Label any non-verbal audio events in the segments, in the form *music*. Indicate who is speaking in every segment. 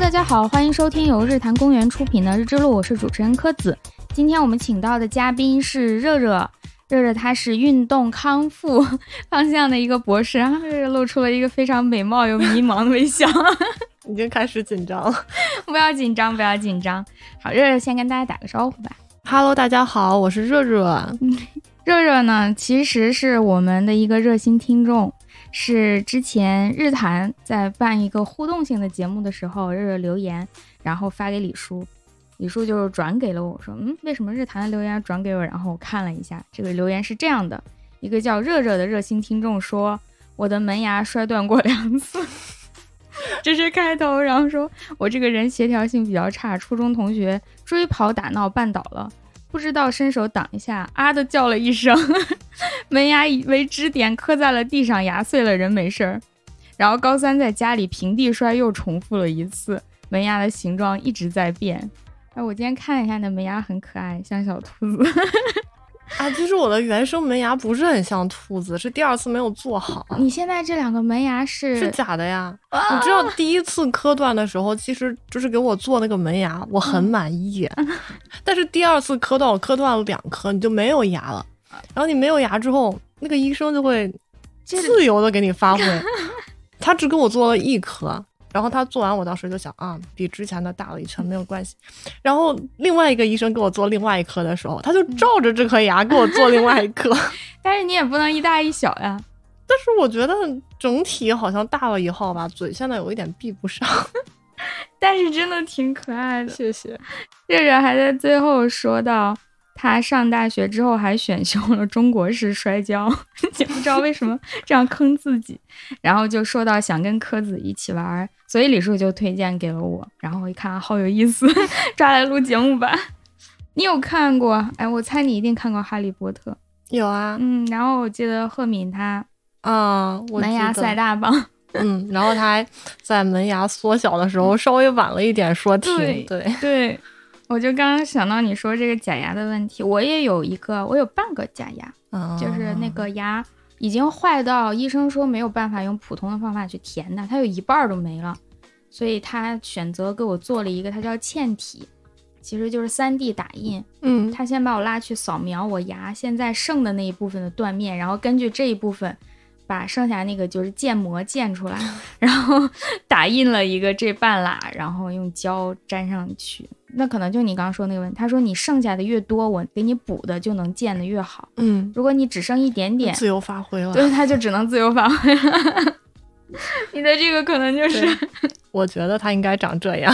Speaker 1: 大家好，欢迎收听由日坛公园出品的《日之路》，我是主持人柯子。今天我们请到的嘉宾是热热，热热她是运动康复 *laughs* 方向的一个博士啊。热热露出了一个非常美貌又迷茫的微笑，
Speaker 2: 已经开始紧张了。
Speaker 1: 不要紧张，不要紧张。好，热热先跟大家打个招呼吧。
Speaker 2: Hello，大家好，我是热热。
Speaker 1: 热热呢，其实是我们的一个热心听众，是之前日坛在办一个互动性的节目的时候，热热留言，然后发给李叔，李叔就转给了我说，嗯，为什么日坛的留言转给我？然后我看了一下，这个留言是这样的，一个叫热热的热心听众说，我的门牙摔断过两次。 *laughs* 这是开头，然后说我这个人协调性比较差，初中同学追跑打闹绊倒了，不知道伸手挡一下，啊的叫了一声，门牙以为支点磕在了地上，牙碎了，人没事儿。然后高三在家里平地摔又重复了一次，门牙的形状一直在变。哎，我今天看了一下你的门牙很可爱，像小兔子。
Speaker 2: 啊，其实我的原生门牙不是很像兔子，是第二次没有做好，
Speaker 1: *laughs* 你现在这两个门牙是
Speaker 2: 是假的呀。你知道第一次磕断的时候，其实就是给我做那个门牙，我很满意。但是第二次磕断，我磕断了两颗，你就没有牙了。然后你没有牙之后，那个医生就会
Speaker 1: 这
Speaker 2: 自由的给你发挥。他只给我做了一颗，然后他做完，我当时就想啊，比之前的大了一圈，没有关系。然后另外一个医生给我做另外一颗的时候，他就照着这颗牙给我做另外一颗。 *laughs*
Speaker 1: 但是你也不能一大一小呀。
Speaker 2: 但是我觉得整体好像大了以后吧，嘴现在有一点闭不上。
Speaker 1: 但是真的挺可爱的。
Speaker 2: 谢谢。
Speaker 1: 热热还在最后说到，他上大学之后还选修了中国式摔跤， *laughs* 也不知道为什么这样坑自己。然后就说到想跟柯子一起玩儿，所以李叔就推荐给了我。然后我一看好有意思， *laughs* 抓来录节目吧。你有看过？哎，我猜你一定看过《哈利波特》。
Speaker 2: 有啊，
Speaker 1: 嗯，然后我记得赫敏她
Speaker 2: 啊、我
Speaker 1: 门牙
Speaker 2: 记得
Speaker 1: 塞大棒，
Speaker 2: 嗯，然后他还在门牙缩小的时候稍微晚了一点说停，
Speaker 1: 嗯对
Speaker 2: 对，
Speaker 1: *laughs* 对，我就刚刚想到你说这个假牙的问题，我也有一个，我有半个假牙，
Speaker 2: 嗯，
Speaker 1: 就是那个牙已经坏到医生说没有办法用普通的方法去填的，它有一半儿都没了，所以他选择给我做了一个，它叫嵌体，其实就是 3D 打印。
Speaker 2: 嗯，
Speaker 1: 他先把我拉去扫描我牙现在剩的那一部分的断面，然后根据这一部分把剩下那个就是建模建
Speaker 2: *laughs*
Speaker 1: 出来，然后打印了一个这半拉，然后用胶粘上去。那可能就你刚刚说那个问题，他说你剩下的越多，我给你补的就能建的越好。
Speaker 2: 嗯，
Speaker 1: 如果你只剩一点点，
Speaker 2: 自由发挥了。
Speaker 1: 对，他就只能自由发挥了。 *laughs* 你的这个可能就是
Speaker 2: 对我觉得他应该长这
Speaker 1: *laughs*
Speaker 2: 样。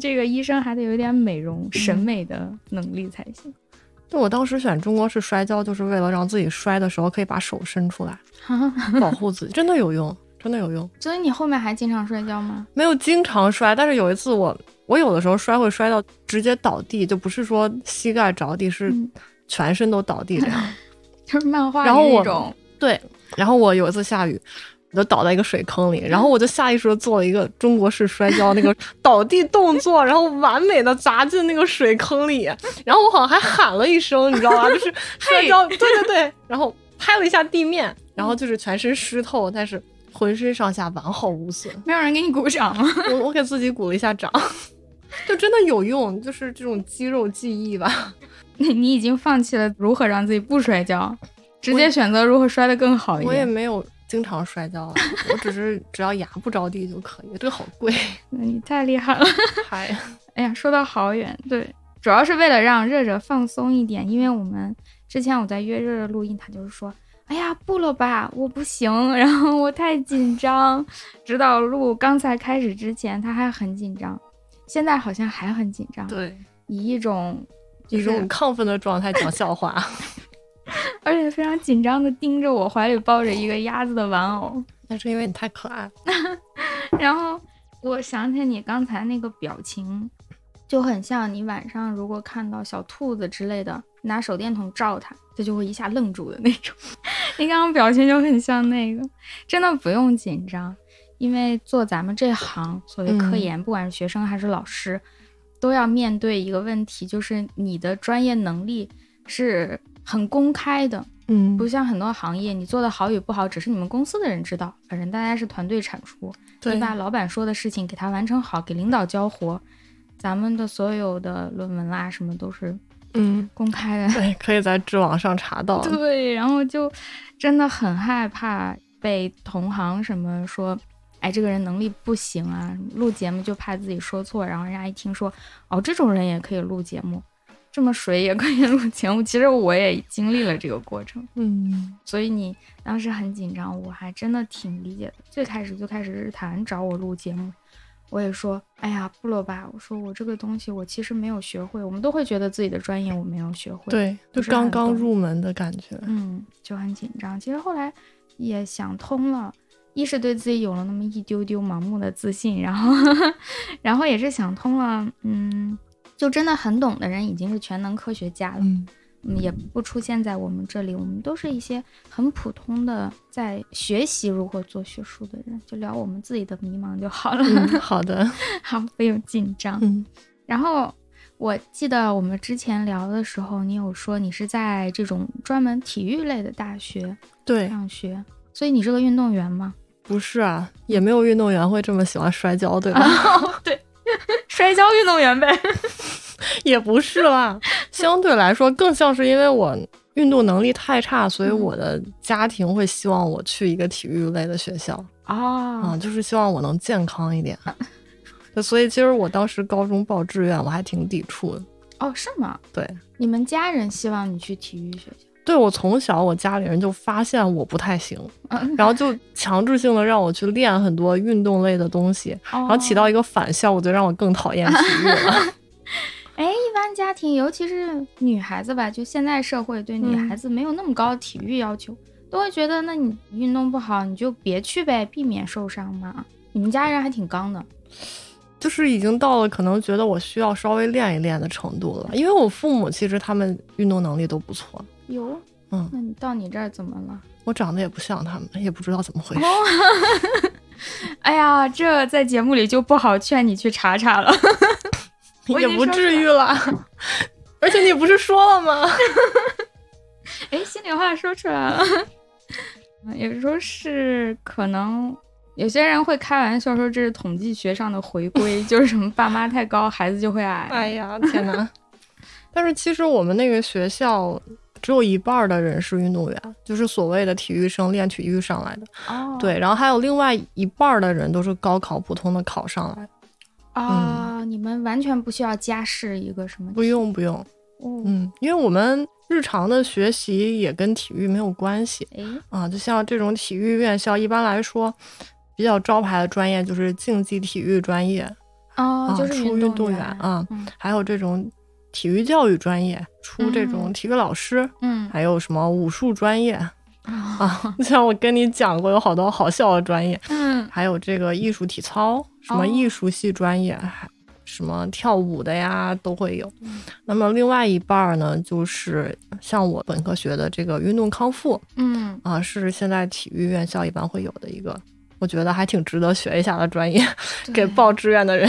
Speaker 1: 这个医生还得有点美容
Speaker 2: 嗯
Speaker 1: 审美的能力才
Speaker 2: *laughs*
Speaker 1: 行。
Speaker 2: 就我当时选中国式摔跤，就是为了让自己摔的时候可以把手伸
Speaker 1: *laughs*
Speaker 2: 出来保护自己，真的有用，真的有用。
Speaker 1: 所以你后面还经常摔跤吗？
Speaker 2: 没有经常摔，但是有一次我我有的时候摔会摔到直接倒地，就不是说膝盖着地，是
Speaker 1: 嗯
Speaker 2: 全身都倒地这样。
Speaker 1: 就是漫画里
Speaker 2: 然后
Speaker 1: 那
Speaker 2: 我
Speaker 1: 种，
Speaker 2: 对，然后我有一次下雨，我就倒在一个水坑里，然后我就下意识的做了一个中国式摔跤那个倒地动作，然后完美的砸进那个水坑里，然后我好像还喊了一声，你知道吧？就是摔跤，对对对，然后拍了一下地面，然后就是全身湿透，但是浑身上下完好无损。
Speaker 1: 没有人给你鼓掌 *laughs* 吗？
Speaker 2: 我我给自己鼓了一下掌，就真的有用，就是这种肌肉记忆吧。
Speaker 1: 你你已经放弃了如何让自己不摔跤，直接选择如何摔得更好一
Speaker 2: 我也
Speaker 1: 点。
Speaker 2: 没有经常摔跤了，我只是只要牙不着地就可以。这个好贵，
Speaker 1: 你太厉害了！ *laughs*
Speaker 2: 嗨。
Speaker 1: 哎呀，说到好远，对，主要是为了让热热放松一点，因为我们之前我在约热热录音，他就是说，哎呀，不了吧，我不行， *laughs* 然后我太紧张，直到录刚才开始之前，他还很紧张，现在好像还很紧张，
Speaker 2: 对，
Speaker 1: 以一种就
Speaker 2: 一
Speaker 1: 是
Speaker 2: 种亢奋的状态讲笑 *laughs* 话。
Speaker 1: 而且非常紧张的盯着我怀里抱着一个鸭子的玩偶，
Speaker 2: 那是因为你太可爱了。
Speaker 1: 然后我想起你刚才那个表情，就很像你晚上如果看到小兔子之类的，拿手电筒照它，它就会一下愣住的那种。 *laughs* 你刚刚表情就很像那个，真的不用紧张，因为做咱们这行，所谓科
Speaker 2: 嗯
Speaker 1: 研，不管是学生还是老师，都要面对一个问题，就是你的专业能力是很公开的，
Speaker 2: 嗯
Speaker 1: 不像很多行业，你做的好与不好，只是你们公司的人知道，反正大家是团队产出。
Speaker 2: 对
Speaker 1: 你把老板说的事情给他完成好，给领导交活，咱们的所有的论文啦什么都是
Speaker 2: 嗯，
Speaker 1: 公开
Speaker 2: *laughs*
Speaker 1: 的。
Speaker 2: 对，可以在知网上查到。
Speaker 1: 对，然后就真的很害怕被同行什么说，哎，这个人能力不行啊，录节目就怕自己说错，然后人家一听说，哦，这种人也可以录节目，这么水也可以录节目。其实我也经历了这个过程。
Speaker 2: *laughs* 嗯
Speaker 1: 所以你当时很紧张，我还真的挺理解的。最开始最开始日坛找我录节目，我也说，哎呀，不了吧，我说我这个东西我其实没有学会，我们都会觉得自己的专业我没有学会，，
Speaker 2: 对，就
Speaker 1: 不是
Speaker 2: 刚
Speaker 1: 很
Speaker 2: 刚
Speaker 1: 懂
Speaker 2: 入门的感觉。
Speaker 1: 嗯，就很紧张。其实后来也想通了。一是对自己有了那么一丢丢盲目的自信，然后， *laughs* 然后也是想通了，嗯，就真的很懂的人已经是全能科学家了，
Speaker 2: 嗯
Speaker 1: 嗯，也不出现在我们这里，我们都是一些很普通的在学习如何做学术的人，就聊我们自己的迷茫就好了，
Speaker 2: *laughs* 嗯，好的。
Speaker 1: *laughs* 好，不用紧张。
Speaker 2: 嗯
Speaker 1: 然后我记得我们之前聊的时候，你有说你是在这种专门体育类的大学
Speaker 2: 对，
Speaker 1: 上学，所以你是个运动员吗？
Speaker 2: 不是啊，也没有运动员会这么喜欢摔跤，对吧？ *laughs*
Speaker 1: 摔跤运动员呗。
Speaker 2: 也不是啦，相对来说更像是因为我运动能力太差，所以
Speaker 1: 嗯
Speaker 2: 我的家庭会希望我去一个体育类的学校啊、
Speaker 1: 哦，
Speaker 2: 就是希望我能健康一点。 *laughs* 就所以其实我当时高中报志愿，我还挺抵触的。
Speaker 1: 哦，是吗？
Speaker 2: 对，
Speaker 1: 你们家人希望你去体育学校？
Speaker 2: 对我从小我家里人就发现我不太行，
Speaker 1: 嗯，
Speaker 2: *laughs* 然后就强制性的让我去练很多运动类的东西，然后
Speaker 1: 哦
Speaker 2: 起到一个反效果，就让我更讨厌体育了。 *laughs*
Speaker 1: 哎，一般家庭，尤其是女孩子吧，就现在社会对女孩子没有那么高的体育要求，都会觉得，那你运动不好，你就别去呗，避免受伤嘛。你们家人还挺刚的，
Speaker 2: 就是已经到了可能觉得我需要稍微练一练的程度了，因为我父母其实他们运动能力都不错，
Speaker 1: 有，
Speaker 2: 嗯
Speaker 1: 那你到你这儿怎么了？
Speaker 2: 我长得也不像他们，也不知道怎
Speaker 1: 哦
Speaker 2: 么 *laughs* 回事。
Speaker 1: 哎呀，这在节目里就不好劝你去查查了。 *laughs* 我已
Speaker 2: 也
Speaker 1: 经
Speaker 2: 不
Speaker 1: 说
Speaker 2: 至
Speaker 1: 出来
Speaker 2: 于啦。 *laughs* 而且你不是说了吗？
Speaker 1: 哎，心里话说出来了， *laughs* 有时候是可能。有些人会开玩笑说这是统计学上的回归， *laughs* 就是什么爸妈太高，孩子就会矮。
Speaker 2: *laughs* 哎呀，天哪！但是其实我们那个学校只有一半儿的人是运动员，就是所谓的体育生练体育上来的。
Speaker 1: 哦，
Speaker 2: 对，然后还有另外一半儿的人都是高考普通的考上来的。
Speaker 1: 啊、你们完全不需要加试一个什么？
Speaker 2: 嗯不用不用，
Speaker 1: 哦，
Speaker 2: 嗯，因为我们日常的学习也跟体育没有关系。
Speaker 1: 哎、
Speaker 2: 啊，就像这种体育院校，一般来说比较招牌的专业就是竞技体育专业，
Speaker 1: 哦
Speaker 2: 啊，
Speaker 1: 就是
Speaker 2: 出运动
Speaker 1: 员
Speaker 2: 员啊
Speaker 1: 嗯
Speaker 2: 还有这种体育教育专业，出这种
Speaker 1: 嗯
Speaker 2: 体育老师，
Speaker 1: 嗯，
Speaker 2: 还有什么武术专业
Speaker 1: 哦
Speaker 2: 啊， *laughs* 像我跟你讲过，有好多好笑的专业，
Speaker 1: 嗯，
Speaker 2: 还有这个艺术体操，什么
Speaker 1: 哦
Speaker 2: 艺术系专业，还什么跳舞的呀都会有。
Speaker 1: 嗯
Speaker 2: 那么另外一半儿呢，就是像我本科学的这个运动康复，
Speaker 1: 嗯，
Speaker 2: 啊，是现在体育院校一般会有的一个，我觉得还挺值得学一下的专业，给
Speaker 1: 对
Speaker 2: 报志
Speaker 1: *laughs*
Speaker 2: 愿的人，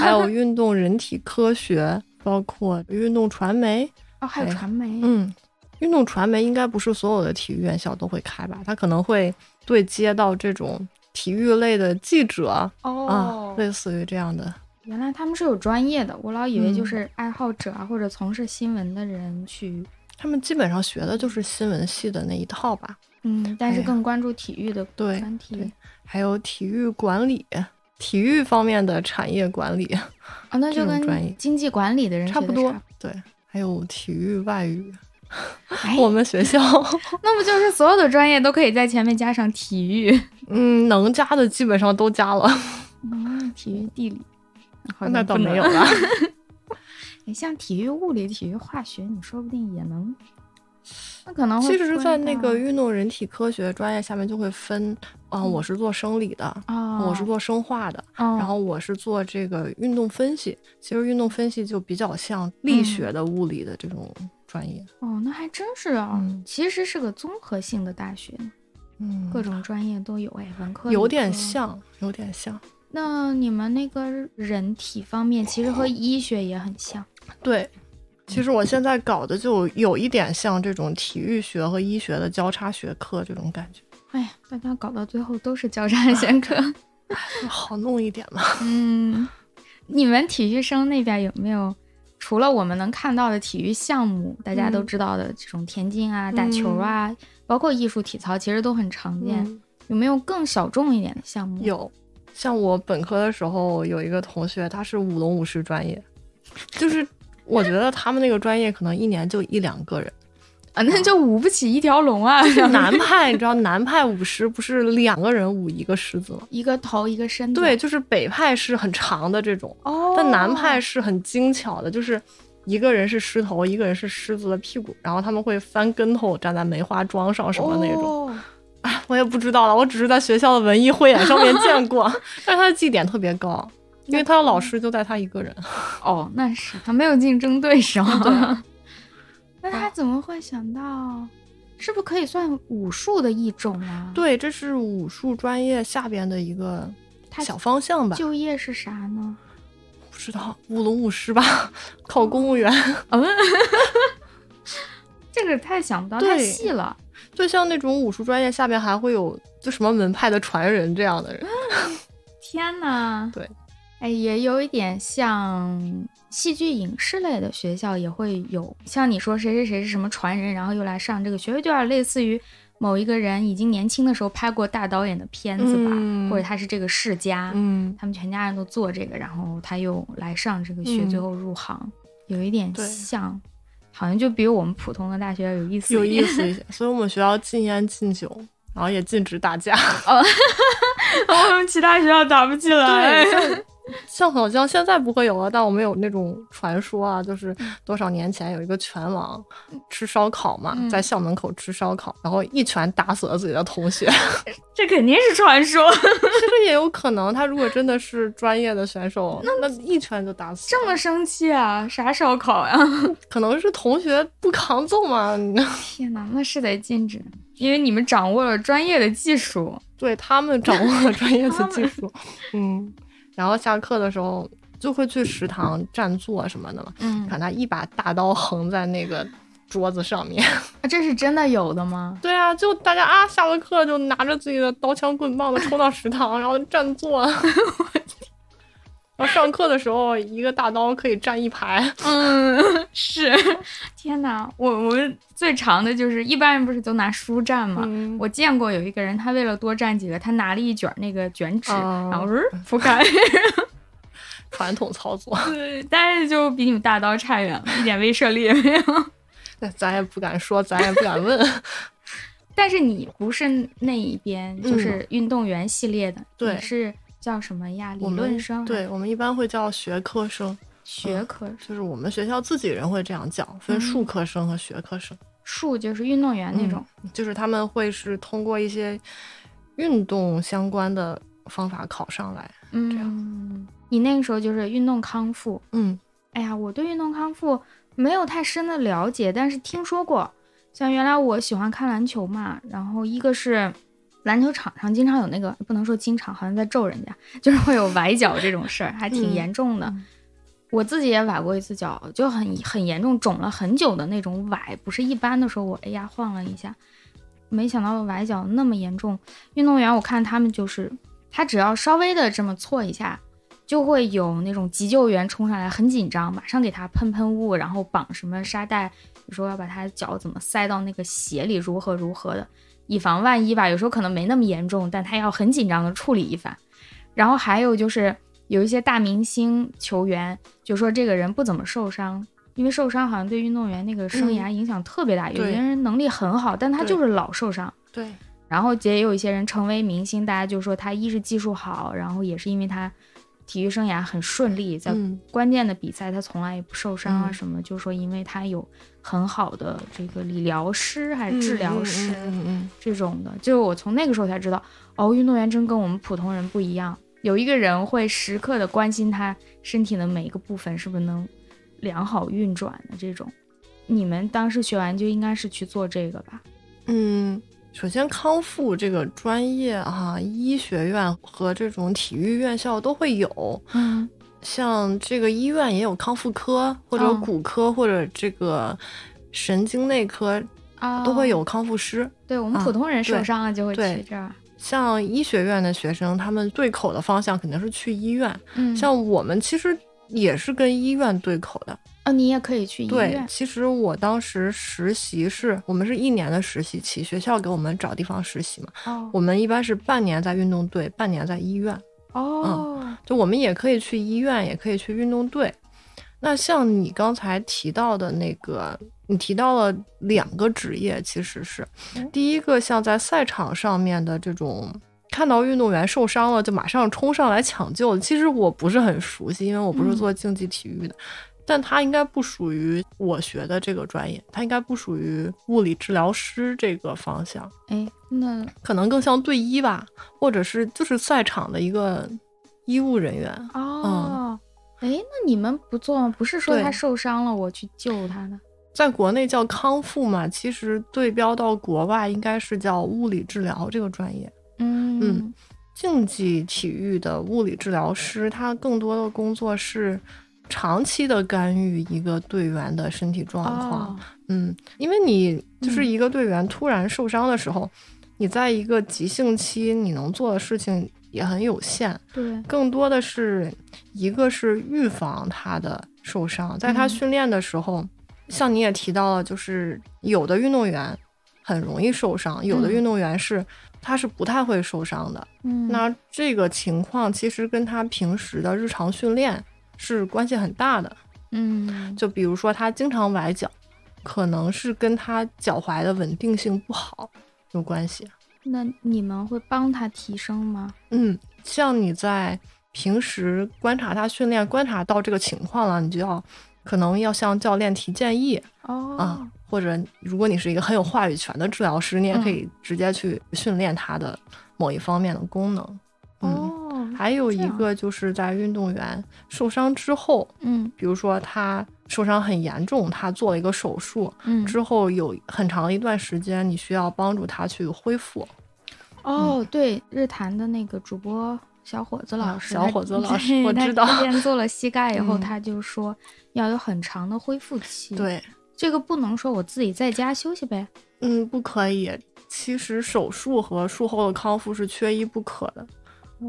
Speaker 2: 还有运动人体科学，包括运动传媒，
Speaker 1: 哦，还有
Speaker 2: 哎
Speaker 1: 传媒，
Speaker 2: 嗯，运动传媒应该不是所有的体育院校都会开吧，它可能会对接到这种体育类的记者啊，
Speaker 1: 哦、
Speaker 2: 类似于这样的，
Speaker 1: 原来他们是有专业的，我老以为就
Speaker 2: 嗯
Speaker 1: 是爱好者啊、或者从事新闻的人去，
Speaker 2: 他们基本上学的就是新闻系的那一套吧，
Speaker 1: 嗯，但
Speaker 2: 哎
Speaker 1: 是
Speaker 2: 呀
Speaker 1: 更关注体育的
Speaker 2: 对
Speaker 1: 专题
Speaker 2: 对还有体育管理。体育方面的产业管理
Speaker 1: 啊、哦，那
Speaker 2: 这
Speaker 1: 就
Speaker 2: 种专业
Speaker 1: 跟经济管理的人
Speaker 2: 差
Speaker 1: 学
Speaker 2: 不
Speaker 1: 的
Speaker 2: 多
Speaker 1: 差，
Speaker 2: 对，还有体育外语，
Speaker 1: 不多，哎，
Speaker 2: 我们
Speaker 1: *laughs*
Speaker 2: 学校，
Speaker 1: 那不就是所有的专业都可以在前面加上体育，
Speaker 2: 嗯，能加的基本上都加了，
Speaker 1: 嗯， *laughs* 体育地理，好
Speaker 2: 那
Speaker 1: 像
Speaker 2: 倒
Speaker 1: 不能
Speaker 2: 没有了。
Speaker 1: 你像体育、物理、体育、化学，你说不定也能。那可能会
Speaker 2: 其实，在
Speaker 1: 分
Speaker 2: 那
Speaker 1: 到
Speaker 2: 个运动人体科学专业下面就会分，啊、
Speaker 1: 嗯
Speaker 2: 我是做生理的，
Speaker 1: 啊，
Speaker 2: 我是做生化的，
Speaker 1: 哦，
Speaker 2: 然后我是做这个运动分析。其实运动分析就比较像
Speaker 1: 嗯
Speaker 2: 力学的、物理的这种专业，
Speaker 1: 哦，那还真是啊，
Speaker 2: 嗯
Speaker 1: 其实是个综合性的大学，
Speaker 2: 嗯，
Speaker 1: 各种专业都有哎，文科
Speaker 2: 有
Speaker 1: 理
Speaker 2: 点
Speaker 1: 科。
Speaker 2: 像，有点像。
Speaker 1: 那你们那个人体方面，其实和医学也很像
Speaker 2: 对，其实我现在搞的就有一点像这种体育学和医学的交叉学科这种感觉，
Speaker 1: 哎呀，大家搞到最后都是交
Speaker 2: *laughs*
Speaker 1: 叉 *laughs* 选科。
Speaker 2: 好弄一点嘛。
Speaker 1: 嗯，你们体育生那边有没有除了我们能看到的体育项目，大家都
Speaker 2: 嗯
Speaker 1: 知道的这种田径啊、打球啊，包括艺术体操，其实都很常见。
Speaker 2: 嗯
Speaker 1: 有没有更小众一点的项目？，
Speaker 2: 有，像我本科的时候有一个同学，他是舞龙舞狮专业，就是我觉得他们那个专业可能一年就一两个人。
Speaker 1: 啊，那就舞不起一条龙啊，
Speaker 2: 嗯 *laughs* 就
Speaker 1: *laughs*
Speaker 2: 南派，你知道南派舞狮不是两个人舞一个狮子吗？
Speaker 1: 一个头一个身子。
Speaker 2: 对，，就是北派是很长的这种，
Speaker 1: 嗯哦，
Speaker 2: 但南派是很精巧的，就是一个人是狮头，一个人是狮子的屁股，然后他们会翻跟头站在梅花桩上什么那种。
Speaker 1: 哦
Speaker 2: 我也不知道了，我只是在学校的文艺汇演上面见 *laughs* 过，但是他的绩点特别高，因为他的老师就带他一个人。
Speaker 1: 哦，那是他没有竞争对手。
Speaker 2: 嗯
Speaker 1: *laughs* 那
Speaker 2: 对
Speaker 1: 他怎么会想到？是不是可以算武术的一种啊？，
Speaker 2: 对，这是武术专业下边的一个
Speaker 1: 他
Speaker 2: 小方向吧，
Speaker 1: 就业是啥呢？
Speaker 2: 不知道舞龙舞狮吧， *laughs* 考公务员。
Speaker 1: 这个太想不到，
Speaker 2: 对
Speaker 1: 太细了。
Speaker 2: 就像那种武术专业下边还会有就什么门派的传人这样的人，
Speaker 1: 天呐，
Speaker 2: 对，
Speaker 1: 哎，也有一点像戏剧影视类的学校也会有，像你说谁谁谁是什么传人，然后又来上这个学位，就有点类似于某一个人已经年轻的时候拍过大导演的片子吧，
Speaker 2: 嗯
Speaker 1: 或者他是这个世家，
Speaker 2: 嗯，
Speaker 1: 他们全家人都做这个，然后他又来上这个学，
Speaker 2: 嗯
Speaker 1: 最后入行，有一点
Speaker 2: 对
Speaker 1: 像，好像就比我们普通的大学要有意思
Speaker 2: 有
Speaker 1: 一点
Speaker 2: 意。思 *laughs* 一些。所以我们学校禁烟禁酒，然后也禁止打架。
Speaker 1: 我们其他学校打不起来。
Speaker 2: 对，像像好像现在不会有了，但我们有那种传说啊，就是
Speaker 1: 嗯
Speaker 2: 多少年前有一个拳王吃烧烤嘛，
Speaker 1: 嗯
Speaker 2: 在校门口吃烧烤，然后一拳打死了自己的同学。 *laughs*
Speaker 1: 这肯定是传说。
Speaker 2: 这个也有可能，他如果真的是专业的选手，那一拳就打死了。
Speaker 1: 这么生气啊？啥烧烤呀、 *laughs*
Speaker 2: 可能是同学不抗揍嘛？ *laughs* 你
Speaker 1: 天哪，那是得禁止，因为你们掌握了专业的技术。
Speaker 2: 对他们掌握了专业
Speaker 1: 他
Speaker 2: 的
Speaker 1: 们
Speaker 2: 技术，嗯，然后下课的时候就会去食堂占座什么的嘛，
Speaker 1: 嗯，
Speaker 2: 看他一把大刀横在那个桌子上面。
Speaker 1: 这是真的有的吗？
Speaker 2: 对啊，就大家啊，下了课就拿着自己的刀枪棍棒的冲到食 *laughs* 堂，然后占座。然后上课的时候，一个大刀可以占一 *laughs* 排。
Speaker 1: 嗯， *laughs* 是。 *laughs* 天哪，我我们最长的就是一般人不是都拿书站吗？
Speaker 2: 嗯
Speaker 1: 我见过有一个人，他为了多占几个，他拿了一卷那个卷纸，
Speaker 2: 哦
Speaker 1: 然后呃覆 *laughs* 盖。
Speaker 2: 传统操作，
Speaker 1: 对，但是就比你们大刀差远了，一点威慑力也没有。
Speaker 2: *laughs*
Speaker 1: *laughs*
Speaker 2: 那咱也不敢说，咱也不敢问。
Speaker 1: 但是你不是那一边，
Speaker 2: 嗯
Speaker 1: 就是运动员系列的，
Speaker 2: 对
Speaker 1: 你是叫什么呀？理
Speaker 2: 我
Speaker 1: 论
Speaker 2: 们
Speaker 1: 生，，
Speaker 2: *laughs* 对我们一般会叫学科生，
Speaker 1: 学科
Speaker 2: 就是我们学校自己人会这样叫，分术科生和学科生，
Speaker 1: 术就是运动
Speaker 2: 嗯
Speaker 1: 员那种。
Speaker 2: 就是他们会是通过一些运动相关的方法考上来。这样
Speaker 1: 嗯，你那个时候就是运动康复。
Speaker 2: 嗯，
Speaker 1: 哎呀，我对运动康复没有太深的了解，但是听说过。像原来我喜欢看篮球嘛，然后一个是篮球场上经常有那个，不能说经常，好像在咒人家， *laughs* 就是会有崴脚这种事儿，还挺
Speaker 2: 嗯
Speaker 1: 严重的。
Speaker 2: 嗯
Speaker 1: 我自己也崴过一次脚，就很很严重，肿了很久的那种崴，不是一般的时候我哎呀晃了一下，没想到崴脚那么严重。运动员我看他们就是，他只要稍微的这么错一下，就会有那种急救员冲上来，很紧张，马上给他喷喷雾，然后绑什么沙袋，比如说要把他脚怎么塞到那个鞋里，如何如何的，以防万一吧。有时候可能没那么严重，但他要很紧张的处理一番。然后还有就是有一些大明星球员，就说这个人不怎么受伤。因为受伤好像对运动员那个生涯影响特别大，有
Speaker 2: 对
Speaker 1: 些人能力很好，但他
Speaker 2: 对
Speaker 1: 就是老受伤。
Speaker 2: 对，
Speaker 1: 然后也有一些人成为明星，大家就说他一是技术好，然后也是因为他体育生涯很顺利，在
Speaker 2: 嗯
Speaker 1: 关键的比赛他从来也不受伤啊
Speaker 2: 嗯
Speaker 1: 什么，就说因为他有很好的这个理疗师还是治疗师
Speaker 2: 嗯嗯
Speaker 1: 这种的，就我从那个时候才知道，哦，运动员真跟我们普通人不一样，有一个人会时刻的关心他身体的每一个部分是不是能良好运转的这种。你们当时学完就应该是去做这个吧？
Speaker 2: 嗯。嗯首先，康复这个专业啊，医学院和这种体育院校都会有。
Speaker 1: 嗯
Speaker 2: 像这个医院也有康复科，或者
Speaker 1: 嗯
Speaker 2: 骨科，或者这个神经内科
Speaker 1: 啊，
Speaker 2: 都会有康复师。
Speaker 1: 对我们
Speaker 2: 啊
Speaker 1: 普通人受
Speaker 2: 对
Speaker 1: 伤了就会
Speaker 2: 对
Speaker 1: 去这儿，
Speaker 2: 像医学院的学生，他们对口的方向肯定是去医院。
Speaker 1: 嗯，
Speaker 2: 像我们其实也是跟医院对口的。
Speaker 1: 哦，你也可以去医
Speaker 2: 对
Speaker 1: 院，，
Speaker 2: 其实我当时实习是我们是一年的实习期，学校给我们找地方实习嘛。
Speaker 1: 哦
Speaker 2: 我们一般是半年在运动队，半年在医院。
Speaker 1: 哦，
Speaker 2: 就我们也可以去医院，也可以去运动队。那像你刚才提到的那个，你提到了两个职业，其实是
Speaker 1: 嗯
Speaker 2: 第一个，像在赛场上面的这种，看到运动员受伤了就马上冲上来抢救。其实我不是很熟悉，因为我不是
Speaker 1: 嗯
Speaker 2: 做竞技体育的，但他应该不属于我学的这个专业，他应该不属于物理治疗师这个方向。
Speaker 1: 哎，那
Speaker 2: 可能更像队医吧，或者是就是赛场的一个医务人员。
Speaker 1: 哦，哎，那你们不做吗？不是说
Speaker 2: 对
Speaker 1: 他受伤了我去救他的？
Speaker 2: 在国内叫康复嘛，其实对标到国外应该是叫物理治疗这个专业。
Speaker 1: 嗯
Speaker 2: 嗯竞技体育的物理治疗师，他更多的工作是长期的干预一个队员的身体状况。
Speaker 1: 哦，
Speaker 2: 嗯，因为你就是
Speaker 1: 嗯
Speaker 2: 一个队员突然受伤的时候，你在一个急性期，你能做的事情也很有限。
Speaker 1: 对，
Speaker 2: 更多的是一个是预防他的受伤，在他
Speaker 1: 嗯
Speaker 2: 训练的时候，像你也提到了，就是有的运动员很容易受伤，有的
Speaker 1: 嗯
Speaker 2: 运动员是、他是不太会受伤的。
Speaker 1: 嗯，
Speaker 2: 那这个情况其实跟他平时的日常训练是关系很大的。
Speaker 1: 嗯，
Speaker 2: 就比如说他经常崴脚，可能是跟他脚踝的稳定性不好有关系。
Speaker 1: 那你们会帮他提升吗？
Speaker 2: 嗯，像你在平时观察他训练，观察到这个情况了，你就要可能要向教练提建议
Speaker 1: 哦，
Speaker 2: 啊，或者如果你是一个很有话语权的治疗师，你也
Speaker 1: 嗯
Speaker 2: 可以直接去训练他的某一方面的功能。嗯，
Speaker 1: 哦，
Speaker 2: 还有
Speaker 1: 这
Speaker 2: 一
Speaker 1: 样
Speaker 2: 个就是在运动员受伤之后，
Speaker 1: 嗯
Speaker 2: 比如说他受伤很严重，他做了一个手术
Speaker 1: 嗯，
Speaker 2: 之后，有很长一段时间你需要帮助他去恢复。嗯
Speaker 1: 哦，对，日坛的那个主播小伙子老
Speaker 2: 啊
Speaker 1: 师，
Speaker 2: 小
Speaker 1: 他
Speaker 2: 伙子老师
Speaker 1: 对
Speaker 2: 我
Speaker 1: 他
Speaker 2: 知道
Speaker 1: 之前做了膝盖以后，
Speaker 2: *laughs* 嗯
Speaker 1: 他就说要有很长的恢复期。，
Speaker 2: 对，
Speaker 1: 这个不能说我自己在家休息呗。
Speaker 2: 嗯，不可以。其实手术和术后的康复是缺一不可的，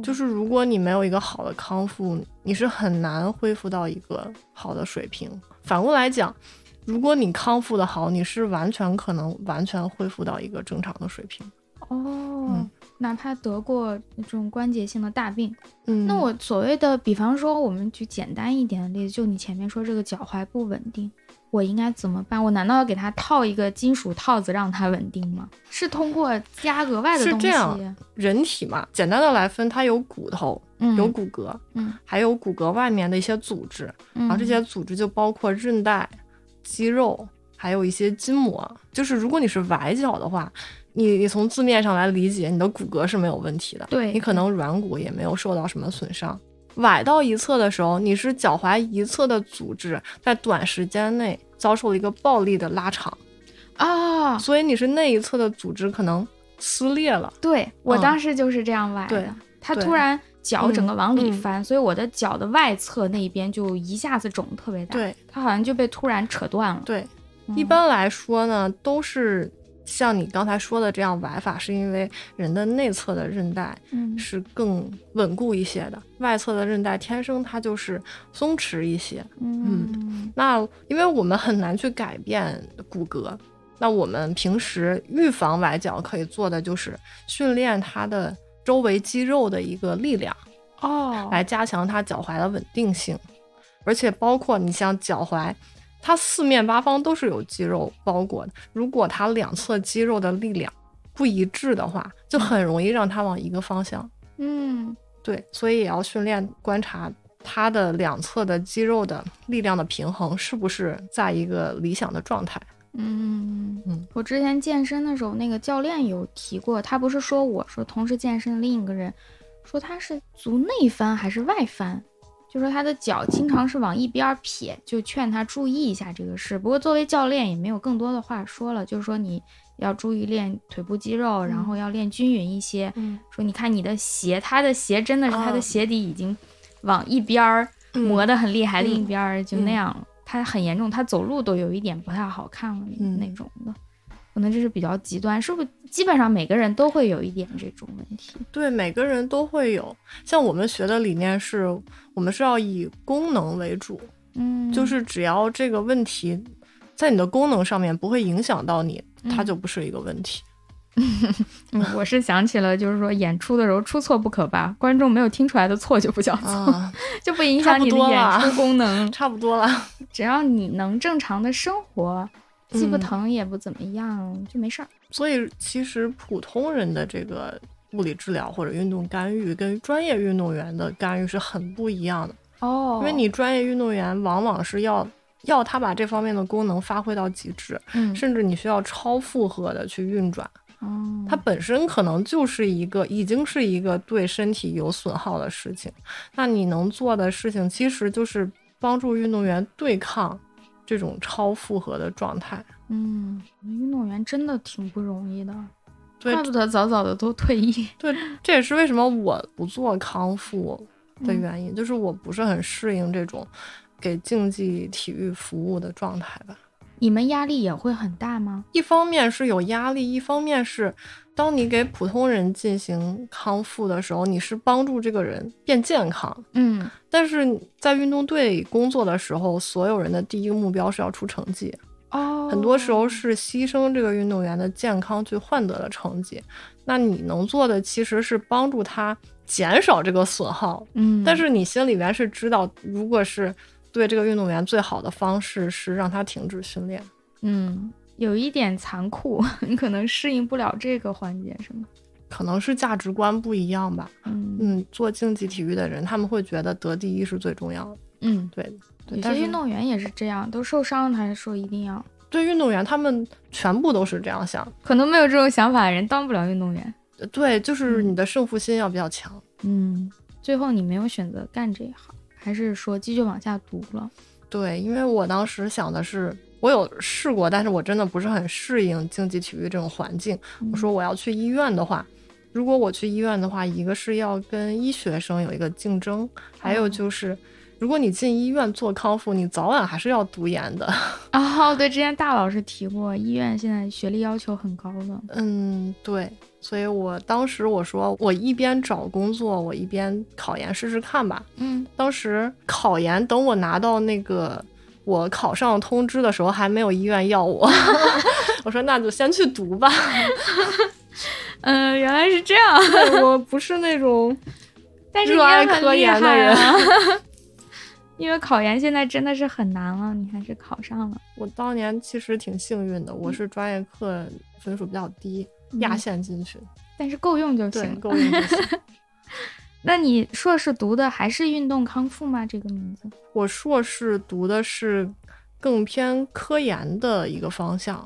Speaker 2: 就是如果你没有一个好的康复，你是很难恢复到一个好的水平。反过来讲，如果你康复的好，你是完全可能完全恢复到一个正常的水平。
Speaker 1: 哦，哪怕得过这种关节性的大病，
Speaker 2: 嗯，
Speaker 1: 那我所谓的，比方说，我们举简单一点的例子，就你前面说这个脚踝不稳定，我应该怎么办？我难道要给它套一个金属套子让它稳定吗？是通过加额外的
Speaker 2: 是
Speaker 1: 东西？
Speaker 2: 这样人体嘛，简单的来分，它有骨头，
Speaker 1: 嗯，
Speaker 2: 有骨骼，
Speaker 1: 嗯，
Speaker 2: 还有骨骼外面的一些组织，
Speaker 1: 嗯，
Speaker 2: 然后这些组织就包括韧带、肌肉，还有一些筋膜。就是如果你是崴脚的话，你你从字面上来理解，你的骨骼是没有问题的，
Speaker 1: 对
Speaker 2: 你可能软骨也没有受到什么损伤。崴到一侧的时候，你是脚踝一侧的组织在短时间内遭受了一个暴力的拉长，
Speaker 1: 啊、
Speaker 2: 所以你是那一侧的组织可能撕裂了。
Speaker 1: 对我
Speaker 2: 嗯
Speaker 1: 当时就是这样崴
Speaker 2: 对
Speaker 1: 的，它
Speaker 2: 对
Speaker 1: 突然脚整个往里
Speaker 2: 嗯嗯
Speaker 1: 翻，所以我的脚的外侧那一边就一下子肿得特别大，，
Speaker 2: 对
Speaker 1: 它好像就被突然扯断了。
Speaker 2: 对，
Speaker 1: 嗯
Speaker 2: 一般来说呢，都是像你刚才说的这样崴法，是因为人的内侧的韧带
Speaker 1: 嗯
Speaker 2: 是更稳固一些的，外侧的韧带天生它就是松弛一些。
Speaker 1: 嗯
Speaker 2: 那因为我们很难去改变骨骼，那我们平时预防崴脚可以做的就是训练它的周围肌肉的一个力量，
Speaker 1: 哦，
Speaker 2: 来加强它脚踝的稳定性，而且包括你像脚踝。它四面八方都是有肌肉包裹的，如果它两侧肌肉的力量不一致的话，就很容易让它往一个方向
Speaker 1: 嗯
Speaker 2: 对，所以也要训练观察它的两侧的肌肉的力量的平衡是不是在一个理想的状态。
Speaker 1: 嗯
Speaker 2: 嗯
Speaker 1: 我之前健身的时候，那个教练有提过，他不是说我说同时健身的另一个人，说他是足内翻还是外翻，就说他的脚经常是往一边儿撇，就劝他注意一下这个事。不过作为教练也没有更多的话说了，就是说你要注意练腿部肌肉，然后要练均匀一些。
Speaker 2: 嗯，
Speaker 1: 说你看你的鞋，他的鞋真的是他的
Speaker 2: 啊
Speaker 1: 鞋底已经往一边儿磨得很厉害，
Speaker 2: 嗯
Speaker 1: 另一边儿就那样了。他很严重，他走路都有一点不太好看了、
Speaker 2: 嗯
Speaker 1: 那种的，可能这是比较极端，是不是？基本上每个人都会有一点这种问题。
Speaker 2: 对，每个人都会有。像我们学的理念是，我们是要以功能为主，
Speaker 1: 嗯，
Speaker 2: 就是只要这个问题在你的功能上面不会影响到你，它
Speaker 1: 嗯
Speaker 2: 就不是一个问题。
Speaker 1: 嗯，我是想起了，就是说演出的时候出错不可怕，观众没有听出来的错就不叫错，
Speaker 2: 啊，
Speaker 1: *laughs*
Speaker 2: *laughs*
Speaker 1: 就不影响你的
Speaker 2: 差不多啊
Speaker 1: 演
Speaker 2: 了
Speaker 1: 出功能。
Speaker 2: 差不多了。
Speaker 1: 只要你能正常的生活，既不
Speaker 2: 嗯
Speaker 1: 疼也不怎么样，就没事儿。
Speaker 2: 所以其实普通人的这个物理治疗或者运动干预跟专业运动员的干预是很不一样的，
Speaker 1: 哦
Speaker 2: 因为你专业运动员往往是要要他把这方面的功能发挥到极致，
Speaker 1: 嗯，
Speaker 2: 甚至你需要超负荷的去运转。
Speaker 1: 哦
Speaker 2: 它本身可能就是一个已经是一个对身体有损耗的事情，那你能做的事情其实就是帮助运动员对抗这种超负荷的状态。
Speaker 1: 嗯，运动员真的挺不容易的，
Speaker 2: 对
Speaker 1: 怪不得早早的都退役。
Speaker 2: 对，这也是为什么我不做康复
Speaker 1: 嗯
Speaker 2: 的原因，就是我不是很适应这种给竞技体育服务的状态吧。
Speaker 1: *laughs* 你们压力也会很大吗？
Speaker 2: 一方面是有压力，一方面是当你给普通人进行康复的时候，你是帮助这个人变健康，
Speaker 1: 嗯，
Speaker 2: 但是在运动队工作的时候，所有人的第一个目标是要出成绩，
Speaker 1: 哦，
Speaker 2: 很多时候是牺牲这个运动员的健康去换得了成绩。那你能做的其实是帮助他减少这个损耗，
Speaker 1: 嗯，
Speaker 2: 但是你心里面是知道，如果是对这个运动员最好的方式是让他停止训练。
Speaker 1: 嗯，有一点残酷， *laughs* 你可能适应不了这个环节，是吗？
Speaker 2: 可能是价值观不一样吧，
Speaker 1: 嗯
Speaker 2: 嗯，做竞技体育的人，他们会觉得得第一是最重要的，
Speaker 1: 嗯，
Speaker 2: 对。对
Speaker 1: 有
Speaker 2: 但
Speaker 1: 些
Speaker 2: 是
Speaker 1: 运动员也是这样，都受伤了还说一定要，
Speaker 2: 对运动员，他们全部都是这样想，
Speaker 1: 可能没有这种想法的人当不了运动员。
Speaker 2: 呃对，就是
Speaker 1: 嗯
Speaker 2: 你的胜负心要比较强。
Speaker 1: 嗯，最后你没有选择干这一行，还是说继续往下读了？
Speaker 2: 对，因为我当时想的是，我有试过，但是我真的不是很适应竞技体育这种环境。我说我要去医院的话，如果我去医院的话，一个是要跟医学生有一个竞争，还有就是，如果你进医院做康复，你早晚还是要读研的。
Speaker 1: 哦，对，之前大老师提过，医院现在学历要求很高的。
Speaker 2: 嗯，对，所以我当时我说，我一边找工作，我一边考研试试看吧。
Speaker 1: 嗯
Speaker 2: 当时考研，等我拿到那个我考上通知的时候，还没有医院要我。 *laughs* 我说那就先去读吧，
Speaker 1: 嗯、原来是
Speaker 2: *laughs*
Speaker 1: 这样，
Speaker 2: 对 *laughs* 我不是那种
Speaker 1: 但是你
Speaker 2: 热爱
Speaker 1: 也很
Speaker 2: 科
Speaker 1: 厉
Speaker 2: 研的
Speaker 1: 害
Speaker 2: 人。
Speaker 1: 啊 *laughs* 因为考研现在真的是很难了，你还是考上了。
Speaker 2: *laughs* 我当年其实挺幸运的，我是专业课分数比较低，压
Speaker 1: 嗯
Speaker 2: 线进去，
Speaker 1: 但是够用就
Speaker 2: 对，
Speaker 1: 行。
Speaker 2: 够用 *laughs* 就行。
Speaker 1: 那你硕士读的还是运动康复吗？这个名字？
Speaker 2: 我硕士读的是更偏科研的一个方向，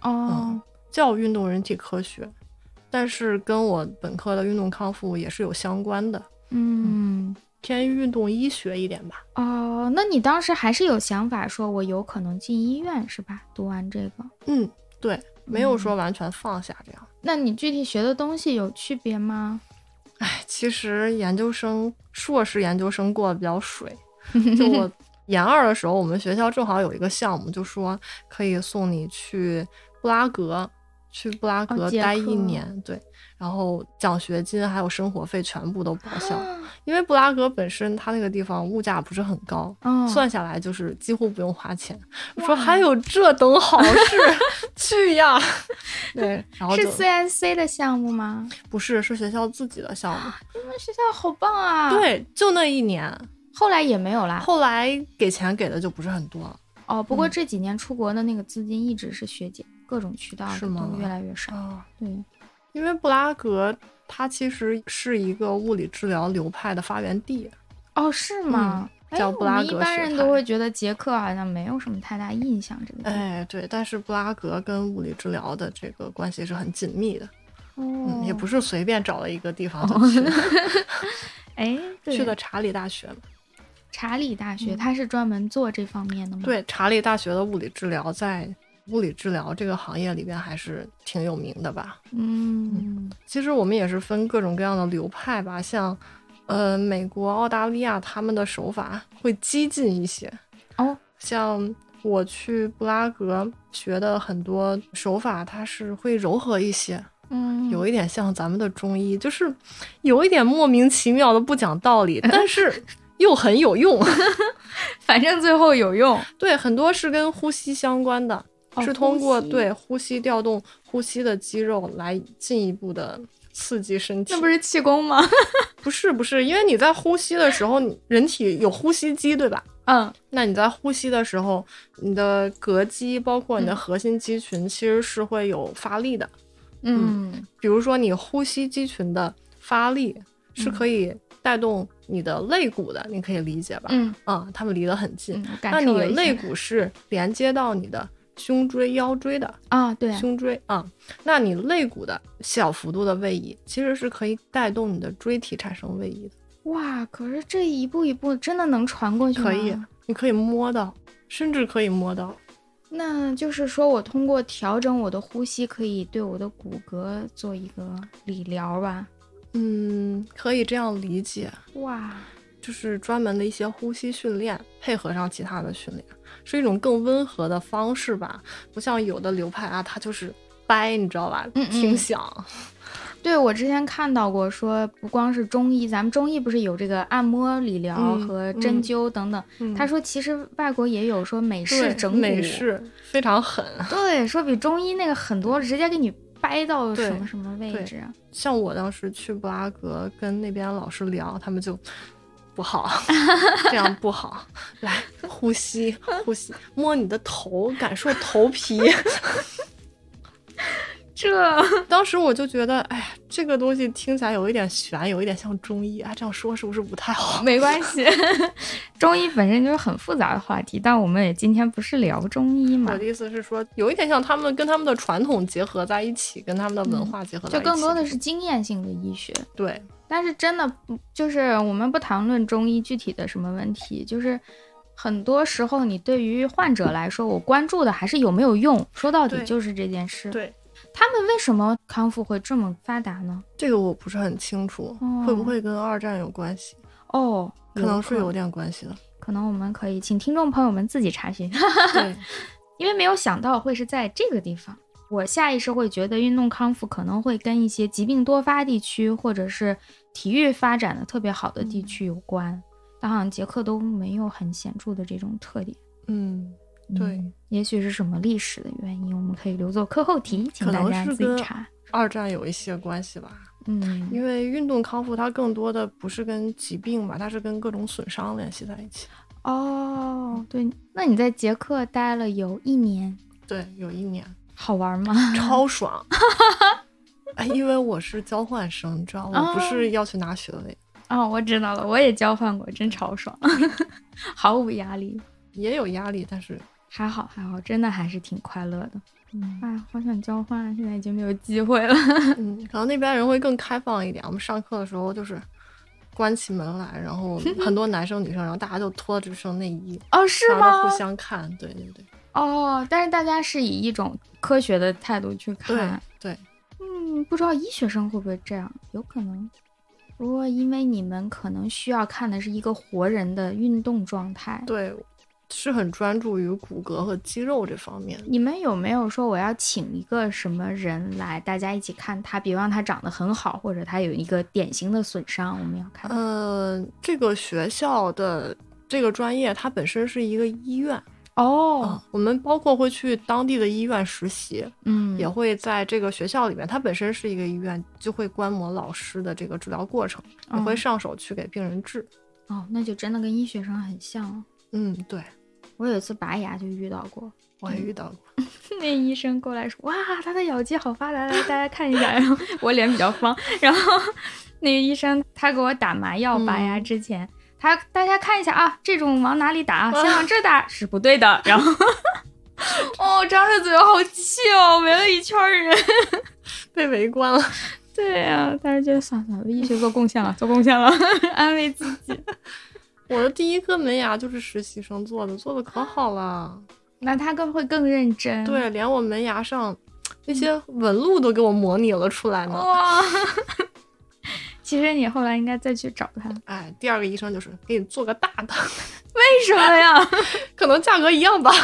Speaker 1: 哦，
Speaker 2: 叫嗯运动人体科学，但是跟我本科的运动康复也是有相关的，
Speaker 1: 嗯，
Speaker 2: 偏运动医学一点吧。
Speaker 1: 哦，那你当时还是有想法，说我有可能进医院是吧？读完这个，嗯
Speaker 2: 嗯，对，没有说完全放下这样。
Speaker 1: 那你具体学的东西有区别吗？
Speaker 2: 哎，其实研究生、硕士研究生过得比较水，就我研二的时候，我们学校正好有一个项目，就说可以送你去布拉格，去布拉格
Speaker 1: 哦捷
Speaker 2: 待
Speaker 1: 克
Speaker 2: 一年，对，然后奖学金还有生活费全部都报销，
Speaker 1: 啊
Speaker 2: 因为布拉格本身它那个地方物价不是很高，
Speaker 1: 哦，
Speaker 2: 算下来就是几乎不用花钱。我
Speaker 1: 哇
Speaker 2: 说还有这等好事， *laughs* 去呀！对，然后
Speaker 1: 是
Speaker 2: 就
Speaker 1: CSC 的项目吗？
Speaker 2: 不是是学校自己的项目，
Speaker 1: 你们学校好棒啊！，
Speaker 2: 对，就那一年，
Speaker 1: 后来也没有啦。
Speaker 2: 后来给钱给的就不是很多了。
Speaker 1: 哦，不过
Speaker 2: 嗯
Speaker 1: 这几年出国的那个资金一直是学姐各种渠道
Speaker 2: 是
Speaker 1: 的
Speaker 2: 吗
Speaker 1: 都越来越少。
Speaker 2: 啊，
Speaker 1: 对，
Speaker 2: 因为布拉格它其实是一个物理治疗流派的发源地，
Speaker 1: 哦，是吗？哎，
Speaker 2: 叫
Speaker 1: 我
Speaker 2: 布拉
Speaker 1: 们一
Speaker 2: 格
Speaker 1: 般
Speaker 2: 学
Speaker 1: 人
Speaker 2: 派
Speaker 1: 都会觉得捷克好像没有什么太大印象，这个地
Speaker 2: 哎，对，但是布拉格跟物理治疗的这个关系是很紧密的，
Speaker 1: 方
Speaker 2: 嗯，也
Speaker 1: 哦
Speaker 2: 不是随便找了一个地
Speaker 1: *laughs*
Speaker 2: 方就去，
Speaker 1: 哎，对
Speaker 2: 去的查理大学嘛，
Speaker 1: 查理大学，它是专门做这方面的吗？，
Speaker 2: 对，查理大学的物理治疗在物理治疗这个行业里边还是挺有名的吧。
Speaker 1: 嗯，
Speaker 2: 其实我们也是分各种各样的流派吧，像呃，美国、澳大利亚他们的手法会激进一些。
Speaker 1: 哦，
Speaker 2: 像我去布拉格学的很多手法，它是会柔和一些，
Speaker 1: 嗯
Speaker 2: 有一点像咱们的中医，就是有一点莫名其妙的不讲道理，但是又很有用。
Speaker 1: 反正最后有用，
Speaker 2: 对，很多是跟呼吸相关的，
Speaker 1: 哦
Speaker 2: 是通过
Speaker 1: 呼吸
Speaker 2: 对呼吸调动呼吸的肌肉来进一步的刺激身体。
Speaker 1: 那不是气功吗？ *laughs*
Speaker 2: 不是不是，因为你在呼吸的时候，你人体有呼吸肌，对吧？
Speaker 1: 嗯，
Speaker 2: 那你在呼吸的时候，你的膈肌包括你的核心肌群其实是会有发力的。
Speaker 1: 嗯，
Speaker 2: 比如说你呼吸肌群的发力
Speaker 1: 嗯
Speaker 2: 是可以带动你的肋骨的，你可以理解吧？
Speaker 1: 嗯
Speaker 2: 啊，它们离得很近。
Speaker 1: 嗯，
Speaker 2: 那
Speaker 1: 感
Speaker 2: 你
Speaker 1: 受
Speaker 2: 的
Speaker 1: 了一下
Speaker 2: 肋骨是连接到你的胸椎、腰椎的，
Speaker 1: 啊，对，
Speaker 2: 胸椎啊、那你肋骨的小幅度的位移其实是可以带动你的椎体产生位移的，
Speaker 1: 哇，可是这一步一步真的能传过去吗？
Speaker 2: 可以，你可以摸到，甚至可以摸到。
Speaker 1: 那就是说我通过调整我的呼吸，可以对我的骨骼做一个理疗吧？
Speaker 2: 嗯，可以这样理解，
Speaker 1: 哇，
Speaker 2: 就是专门的一些呼吸训练，配合上其他的训练，是一种更温和的方式吧。不像有的流派啊，它就是掰，你知道吧？
Speaker 1: 嗯嗯
Speaker 2: 听响，
Speaker 1: 对我之前看到过说，不光是中医，咱们中医不是有这个按摩理疗
Speaker 2: 嗯
Speaker 1: 和
Speaker 2: 嗯
Speaker 1: 针灸等等？他
Speaker 2: 嗯
Speaker 1: 说其实外国也有说美式
Speaker 2: 对
Speaker 1: 整骨，
Speaker 2: 美式非常狠。
Speaker 1: 对，说比中医那个很多，直接给你掰到
Speaker 2: 对
Speaker 1: 什么什么位
Speaker 2: 对
Speaker 1: 置。啊
Speaker 2: 像我当时去布拉格跟那边老师聊，他们就不好，这样不好。来，呼吸，呼吸，摸你的头，感受头皮。 *laughs*
Speaker 1: 这
Speaker 2: 当时我就觉得，哎呀，这个东西听起来有一点悬，有一点像中医。哎，这样说是不是不太
Speaker 1: *laughs*
Speaker 2: 好？
Speaker 1: 没关系，中医本身就是很复杂的话题，但我们也今天不是聊中医嘛
Speaker 2: 我的，意思是说，有一点像他们跟他们的传统结合在一起，跟他们的文化结合在
Speaker 1: 就
Speaker 2: 一
Speaker 1: 更
Speaker 2: 起，
Speaker 1: 多的是经验性的医学。
Speaker 2: 对，
Speaker 1: 但是真的不，就是我们不谈论中医具体的什么问题，就是很多时候你对于患者来说，我关注的还是有没有用，说到底
Speaker 2: 对
Speaker 1: 就是这件事。
Speaker 2: 对，
Speaker 1: 他们为什么康复会这么发达呢？
Speaker 2: 这个我不是很清楚，
Speaker 1: 哦
Speaker 2: 会不会跟二战有关系？
Speaker 1: 哦，
Speaker 2: 可能是有
Speaker 1: 可，
Speaker 2: 点关系的。
Speaker 1: 可能我们可以请听众朋友们自己查询。 *laughs*
Speaker 2: 对，
Speaker 1: 因为没有想到会是在这个地方。我下意识会觉得运动康复可能会跟一些疾病多发地区或者是体育发展的特别好的地区有关，但好像捷克都没有很显著的这种特点。
Speaker 2: 嗯。
Speaker 1: 嗯
Speaker 2: 对，
Speaker 1: 也许是什么历史的原因，我们可以留作课后题，请
Speaker 2: 可
Speaker 1: 大
Speaker 2: 能
Speaker 1: 家
Speaker 2: 是
Speaker 1: 自
Speaker 2: 跟
Speaker 1: 己查。
Speaker 2: 二战有一些关系吧，
Speaker 1: 嗯，
Speaker 2: 因为运动康复它更多的不是跟疾病嘛，它是跟各种损伤联系在一起。
Speaker 1: 哦，对，那你在捷克待了有一年，
Speaker 2: 对，有一年
Speaker 1: 好玩吗？
Speaker 2: 超爽， *laughs* 哎，因为我是交换生，你知道吗，我不是要去拿学位，
Speaker 1: *laughs* 哦，我知道了，我也交换过，真超爽， *laughs* 毫无压力。
Speaker 2: 也有压力，但是
Speaker 1: 还好还好，真的还是挺快乐的。哎，好想交换，现在已经没有机会
Speaker 2: *laughs*
Speaker 1: 了。
Speaker 2: 嗯，可能那边人会更开放一点。我们上课的时候就是关起门来，然后很多男生女生，然后大家就脱只剩内衣，
Speaker 1: 哦，是
Speaker 2: 大家都互相看，对对对
Speaker 1: 哦，但是大家是以一种科学的态度去
Speaker 2: 对
Speaker 1: 看。
Speaker 2: 对，
Speaker 1: 嗯，不知道医学生会不会这样，有可能。不过因为你们可能需要看的是一个活人的运动状态。
Speaker 2: 对，是很专注于骨骼和肌肉这方面。
Speaker 1: 你们有没有说我要请一个什么人来，大家一起看他？比方他长得很好，或者他有一个典型的损伤，我们要看。
Speaker 2: 呃，这个学校的这个专业，它本身是一个医院
Speaker 1: 哦，
Speaker 2: 啊我们包括会去当地的医院实习，
Speaker 1: 嗯，
Speaker 2: 也会在这个学校里面，它本身是一个医院，就会观摩老师的这个治疗过程，也会
Speaker 1: 嗯
Speaker 2: 上手去给病人治。
Speaker 1: 哦，那就真的跟医学生很像了。
Speaker 2: 嗯，对，
Speaker 1: 我有一次拔牙就遇到过，
Speaker 2: 我
Speaker 1: 嗯
Speaker 2: 也遇到过。
Speaker 1: *laughs*
Speaker 2: *laughs*
Speaker 1: 那医生过来说：“哇，他的咬肌好发达，来大家看一下。” *laughs* 然后我脸比较方，然后 *laughs* 那个医生他给我打麻药拔牙之前，他大家看一下啊，这种往哪里 *laughs* 打？啊先往这打是不对的。 *laughs* 然后，哦，张着嘴好气哦，围了一圈人。 *laughs*
Speaker 2: 被围观了，
Speaker 1: 对呀、但是觉得算了算了，为医学做贡献了，做贡献了， *laughs* 安慰自己。
Speaker 2: 我的第一颗门牙就是实习生做的，做的可好了。
Speaker 1: 那他更会更认真。，
Speaker 2: 对，连我门牙
Speaker 1: 哦
Speaker 2: 上那些纹路都给我模拟了出来呢。
Speaker 1: 哇， *laughs* 其实你后来应该再去找他，
Speaker 2: 哎，第二个医生就是给你做个大的，
Speaker 1: 为什么呀？ *laughs*
Speaker 2: 可能价格一样吧。 *laughs*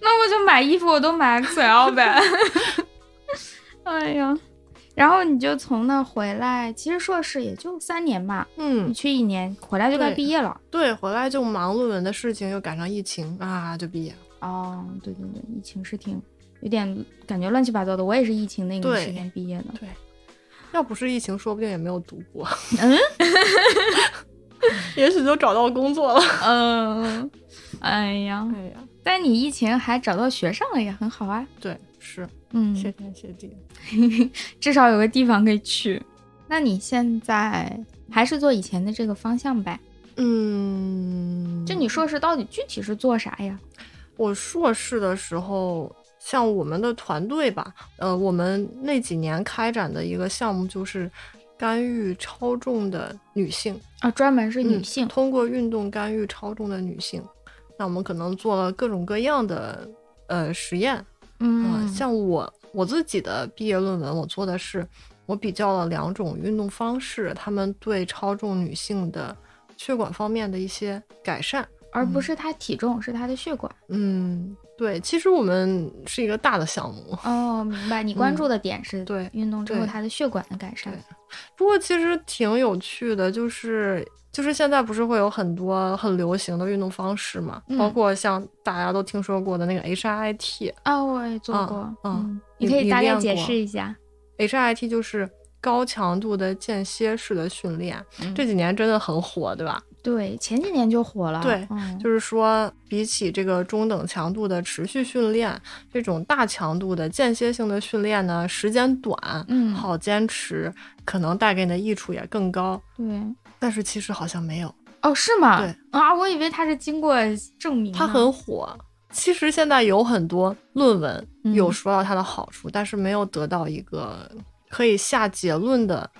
Speaker 1: 那我就买衣服，我都买 XL 呗。 *laughs* 哎呀，然后你就从那回来，其实硕士也就三年吧，你
Speaker 2: 嗯，
Speaker 1: 去一年，回来就该
Speaker 2: 对
Speaker 1: 毕业了。
Speaker 2: 对，回来就忙论文的事情，又赶上疫情啊，就毕业了。
Speaker 1: 哦，对对对，疫情是挺有点感觉乱七八糟的。我也是疫情那个
Speaker 2: 对
Speaker 1: 时间毕业
Speaker 2: *laughs*
Speaker 1: 的。
Speaker 2: 对，要不是疫情，说不定也没有读博，
Speaker 1: 嗯
Speaker 2: *laughs* 也许就找到工作了。
Speaker 1: 嗯，哎呀，
Speaker 2: 哎呀，
Speaker 1: 但你疫情还找到学上了，也很好啊。
Speaker 2: 对，是
Speaker 1: 嗯，
Speaker 2: 谢天谢地。
Speaker 1: 至少有个地方可以去。那你现在还是做以前的这个方向呗？
Speaker 2: 嗯，
Speaker 1: 就你硕士到底具体是做啥呀？
Speaker 2: 我硕士的时候，像我们的团队吧，呃，我们那几年开展的一个项目就是干预超重的女性，
Speaker 1: 啊，专门是女
Speaker 2: 嗯
Speaker 1: 性。
Speaker 2: 通过运动干预超重的女性。那我们可能做了各种各样的呃实验，啊、
Speaker 1: 嗯，
Speaker 2: 像我我自己的毕业论文，我做的是我比较了两种运动方式，他们对超重女性的血管方面的一些改善。
Speaker 1: 而不是她体重，是她的血管。
Speaker 2: 嗯，对，其实我们是一个大的项目，
Speaker 1: 哦，明白。你关
Speaker 2: 嗯
Speaker 1: 注的点是
Speaker 2: 对
Speaker 1: 运动之后
Speaker 2: 对
Speaker 1: 她的血管的改善
Speaker 2: 对。不过其实挺有趣的，就是就是现在不是会有很多很流行的运动方式嘛，包
Speaker 1: 嗯
Speaker 2: 括像大家都听说过的那个 HIIT，HIIT
Speaker 1: 啊，我也做
Speaker 2: 嗯
Speaker 1: 过。
Speaker 2: 嗯
Speaker 1: 嗯，你
Speaker 2: 你
Speaker 1: 可以
Speaker 2: 你
Speaker 1: 大概
Speaker 2: 练
Speaker 1: 解
Speaker 2: 过
Speaker 1: 释一下。
Speaker 2: 就是高强度的间歇式的训练，
Speaker 1: 嗯
Speaker 2: 这几年真的很火，对吧？
Speaker 1: 对，前几年就火了。
Speaker 2: 对
Speaker 1: 嗯
Speaker 2: 就是说，比起这个中等强度的持续训练，这种大强度的间歇性的训练呢，时间短，
Speaker 1: 嗯
Speaker 2: 好坚持，可能带给你的益处也更高。
Speaker 1: 对。
Speaker 2: 但是其实好像没有，
Speaker 1: 哦，是吗？
Speaker 2: 对
Speaker 1: 啊，我以为他是经过证明呢。
Speaker 2: 它很火。其实现在有很多论文
Speaker 1: 嗯
Speaker 2: 有说到它的好处，但是没有得到一个可以下结论的。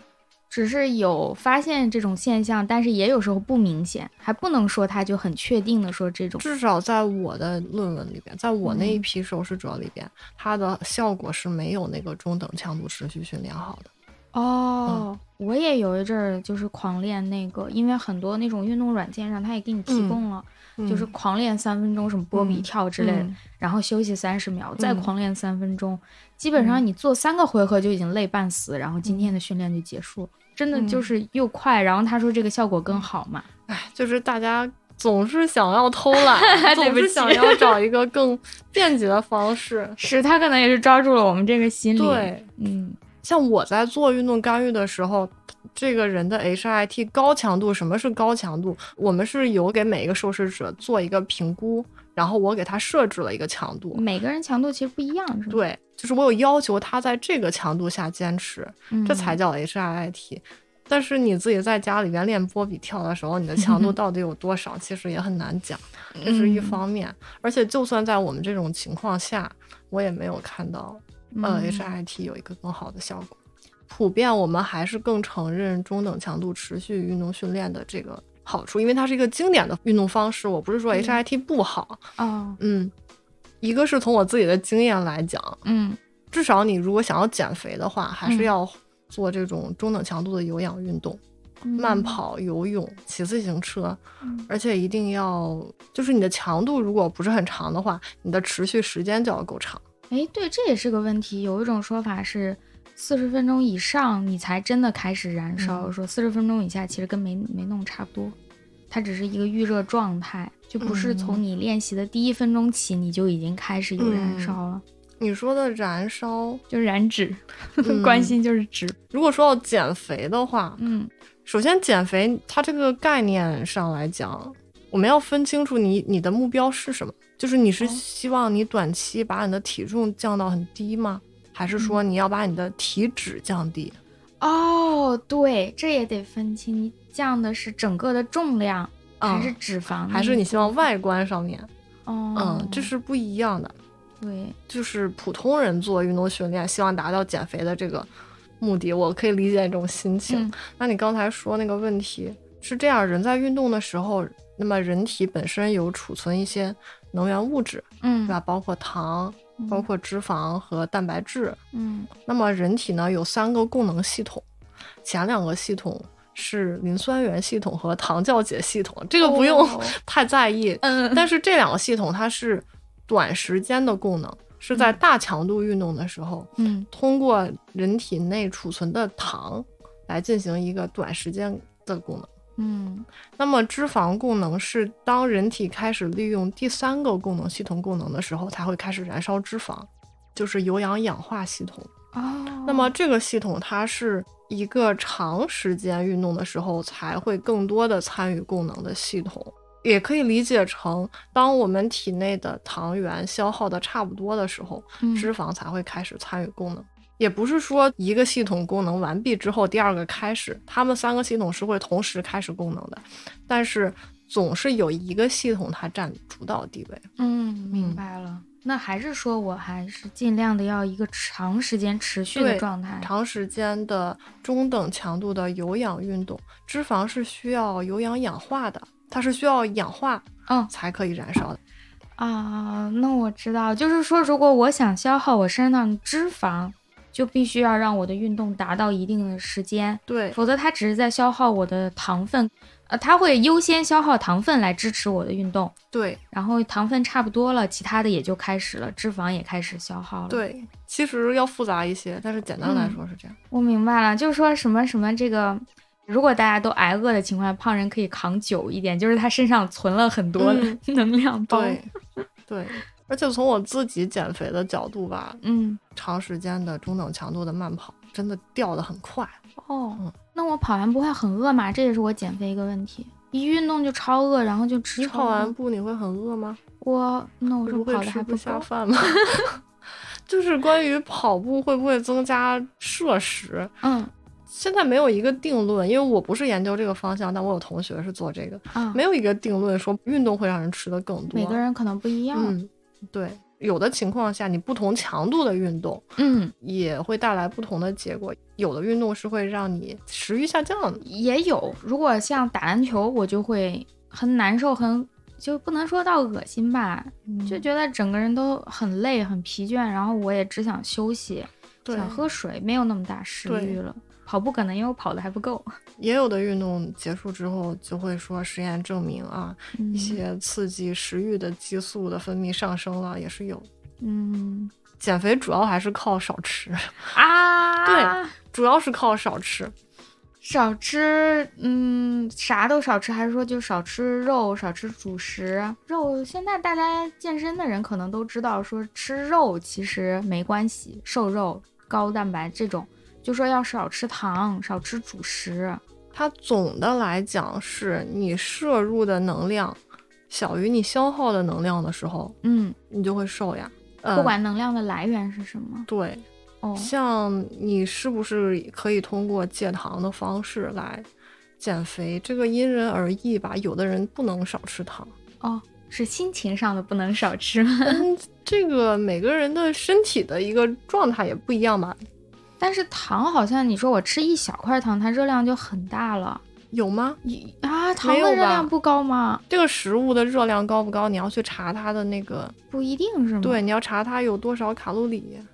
Speaker 1: 只是有发现这种现象，但是也有时候不明显，还不能说他就很确定的说这种。
Speaker 2: 至少在我的论文里边，在我那一
Speaker 1: 嗯
Speaker 2: 批受试者里边，它的效果是没有那个中等强度持续训练好的。
Speaker 1: 哦，我也有一阵儿就是狂练那个，因为很多那种运动软件上它也给你提供了，就是
Speaker 2: 嗯
Speaker 1: 狂练三分钟什么波比
Speaker 2: 嗯
Speaker 1: 跳之类的，
Speaker 2: 嗯
Speaker 1: 然后休息三十秒，再
Speaker 2: 嗯
Speaker 1: 狂练三分钟，基本上你做三个回合就已经累半死，然后今
Speaker 2: 嗯
Speaker 1: 天的训练就结束了。真的就是又快，然后他说这个效果更好嘛？，
Speaker 2: 唉，就是大家总是想要偷 *laughs* 懒总
Speaker 1: 对不
Speaker 2: 是
Speaker 1: 起。
Speaker 2: 想要找一个更便捷的方式
Speaker 1: 是他可能也是抓住了我们这个心理。，
Speaker 2: *laughs* 对，
Speaker 1: 嗯，
Speaker 2: 像我在做运动干预的时候，这个人的 HIT 高强度，什么是高强度？我们是有给每一个受试者做一个评估，然后我给他设置了一个强度。
Speaker 1: 每个人强度其实不一样，是吗？
Speaker 2: 对，就是我有要求他在这个强度下坚持，
Speaker 1: 嗯，
Speaker 2: 这才叫 HIIT。但是你自己在家里边练波比跳的时候，你的强度
Speaker 1: *laughs*
Speaker 2: 到底有多少，其实也很难讲。这是一
Speaker 1: 嗯
Speaker 2: 方面。而且就算在我们这种情况下，我也没有看到呃
Speaker 1: 嗯
Speaker 2: HIT 有一个更好的效果。普遍我们还是更承认中等强度持续运动训练的这个好处，因为它是一个经典的运动方式。我不是说
Speaker 1: 嗯
Speaker 2: HIT 不好，
Speaker 1: 哦，
Speaker 2: 嗯。一个是从我自己的经验来讲，
Speaker 1: 嗯
Speaker 2: 至少你如果想要减肥的话，还
Speaker 1: 嗯
Speaker 2: 是要做这种中等强度的有氧运动，慢，跑、游泳、骑自行车，
Speaker 1: 嗯
Speaker 2: 而且一定要就是你的强度如果不是很长的话，你的持续时间就要够长。
Speaker 1: 哎，对，这也是个问题。有一种说法是，四十分钟以上你才真的开始燃烧，
Speaker 2: 嗯
Speaker 1: 说四十分钟以下其实跟没没弄差不多，它只是一个预热状态，就不
Speaker 2: 嗯
Speaker 1: 是从你练习的第一分钟起你就已经开始有
Speaker 2: 嗯
Speaker 1: 燃烧了，
Speaker 2: 你说的燃烧，
Speaker 1: 就是燃脂， *laughs*
Speaker 2: 嗯
Speaker 1: 关心就是脂。
Speaker 2: 如果说要减肥的话，
Speaker 1: 嗯
Speaker 2: 首先减肥它这个概念上来讲，我们要分清楚你你的目标是什么，就是你是
Speaker 1: 哦
Speaker 2: 希望你短期把你的体重降到很低吗？还是
Speaker 1: 嗯
Speaker 2: 说你要把你的体脂降低？
Speaker 1: 哦，对，这也得分清，你降的是整个的重量、
Speaker 2: 嗯
Speaker 1: 还是脂肪，
Speaker 2: 还是你希望？外观上面，
Speaker 1: 哦，
Speaker 2: 嗯，这是不一样的。
Speaker 1: 对。
Speaker 2: 就是普通人做运动训练，希望达到减肥的这个目的，我可以理解这种心情。
Speaker 1: 嗯
Speaker 2: 那你刚才说那个问题是这样：人在运动的时候，那么人体本身有储存一些能源物质，
Speaker 1: 嗯
Speaker 2: 对吧？包括糖、包括脂肪和蛋白质。
Speaker 1: 嗯
Speaker 2: 那么人体呢有三个供能系统，前两个系统是磷酸原系统和糖酵解系统，这个不用 *laughs*
Speaker 1: 哦
Speaker 2: 太在意。
Speaker 1: 嗯，
Speaker 2: 但是这两个系统它是短时间的供能，是在
Speaker 1: 嗯
Speaker 2: 大强度运动的时候，
Speaker 1: 嗯
Speaker 2: 通过人体内储存的糖来进行一个短时间的供能。
Speaker 1: 嗯
Speaker 2: 那么脂肪供能是当人体开始利用第三个供能系统供能的时候，才会开始燃烧脂肪，就是有氧氧化系统。
Speaker 1: 哦，
Speaker 2: 那么这个系统它是一个长时间运动的时候才会更多的参与供能的系统，也可以理解成，当我们体内的糖原消耗的差不多的时候，
Speaker 1: 嗯
Speaker 2: 脂肪才会开始参与供能。也不是说一个系统功能完毕之后，第二个开始，它们三个系统是会同时开始功能的，但是总是有一个系统它占主导地位。
Speaker 1: 嗯，明
Speaker 2: 嗯
Speaker 1: 白了。那还是说我还是尽量的要一个长时间持续的
Speaker 2: 对
Speaker 1: 状态。
Speaker 2: 长时间的中等强度的有氧运动，脂肪是需要有氧氧化的，它是需要氧化
Speaker 1: 嗯
Speaker 2: 才可以燃烧的。
Speaker 1: 啊，那我知道，就是说，如果我想消耗我身上的脂肪，就必须要让我的运动达到一定的时间，
Speaker 2: 对
Speaker 1: 否则它只是在消耗我的糖分，呃，它会优先消耗糖分来支持我的运动，
Speaker 2: 对
Speaker 1: 然后糖分差不多了，其他的也就开始了，脂肪也开始消耗了。，
Speaker 2: 对，其实要复杂一些，但是简单
Speaker 1: 嗯
Speaker 2: 来说是这样。
Speaker 1: 我明白了，就是说什么什么这个。如果大家都挨饿的情况下，胖人可以扛久一点，就是他身上存了很多的 *laughs*
Speaker 2: 嗯
Speaker 1: 能量包。
Speaker 2: 对对，而且从我自己减肥的角度吧，
Speaker 1: 嗯，
Speaker 2: 长时间的中等强度的慢跑真的掉的很快。
Speaker 1: 哦
Speaker 2: 嗯，
Speaker 1: 那我跑完不会很饿吗？这也是我减肥一个问题，一运动就超饿，然后就吃
Speaker 2: 你
Speaker 1: 超
Speaker 2: 跑完
Speaker 1: 多
Speaker 2: 步你会很饿吗？
Speaker 1: 我那我
Speaker 2: 会
Speaker 1: 说
Speaker 2: 不会
Speaker 1: 跑的还
Speaker 2: 吃不下
Speaker 1: 够，
Speaker 2: 饭吗？ *laughs* 就是关于跑步会不会增加摄食，
Speaker 1: 嗯
Speaker 2: 现在没有一个定论，因为我不是研究这个方向，但我有同学是做这个，
Speaker 1: 啊，
Speaker 2: 没有一个定论说运动会让人吃的更多。
Speaker 1: 每个人可能不一样，
Speaker 2: 嗯，对，有的情况下你不同强度的运动
Speaker 1: 嗯
Speaker 2: 也会带来不同的结果，有的运动是会让你食欲下降的。
Speaker 1: 也有。如果像打篮球，我就会很难受，很就不能说到恶心吧，就觉得整个人都很累、很疲倦，然后我也只想休息，
Speaker 2: 对，
Speaker 1: 想喝水，没有那么大食
Speaker 2: 对
Speaker 1: 欲了。跑步可能因为我跑的还不
Speaker 2: *laughs*
Speaker 1: 够，
Speaker 2: 也有的运动结束之后就会说实验证明啊，
Speaker 1: 嗯
Speaker 2: 一些刺激食欲的激素的分泌上升了，也是有。
Speaker 1: 嗯
Speaker 2: 减肥主要还是靠少吃， *laughs*
Speaker 1: 啊，
Speaker 2: 对主要是靠少吃。
Speaker 1: 少吃，嗯，啥都少吃，还是说就少吃肉，少吃主食？肉现在大家健身的人可能都知道，说吃肉其实没关系，瘦肉、高蛋白这种，就说要少吃糖，少吃主食。
Speaker 2: 它总的来讲是你摄入的能量小于你消耗的能量的时候，
Speaker 1: 嗯，
Speaker 2: 你就会瘦呀。呃、
Speaker 1: 不管能量的来源是什么，
Speaker 2: 对，
Speaker 1: 哦，
Speaker 2: 像你是不是可以通过戒糖的方式来减肥，这个因人而异吧。有的人不能少吃糖，
Speaker 1: 是心情上的不能少吃吗？
Speaker 2: 嗯，这个每个人的身体的一个状态也不一样吧？
Speaker 1: *laughs* 但是糖好像你说我吃一小块糖，它热量就很大了。
Speaker 2: 有吗？
Speaker 1: 一啊，糖
Speaker 2: 没有
Speaker 1: 的
Speaker 2: 吧
Speaker 1: 热量不高吗？
Speaker 2: 这个食物的热量高不高？你要去查它的那个，
Speaker 1: 不一定是吗？
Speaker 2: 对，你要查它有多少卡路里。啊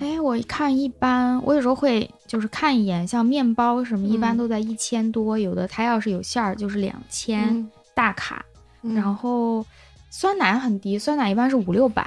Speaker 1: 哎，我一看一般，我有时候会就是看一眼，像面包什么，一般
Speaker 2: 嗯
Speaker 1: 都在一千多，有的它要是有馅儿就是两千大卡，
Speaker 2: 嗯，
Speaker 1: 然后酸奶很低，酸奶一般是五六百。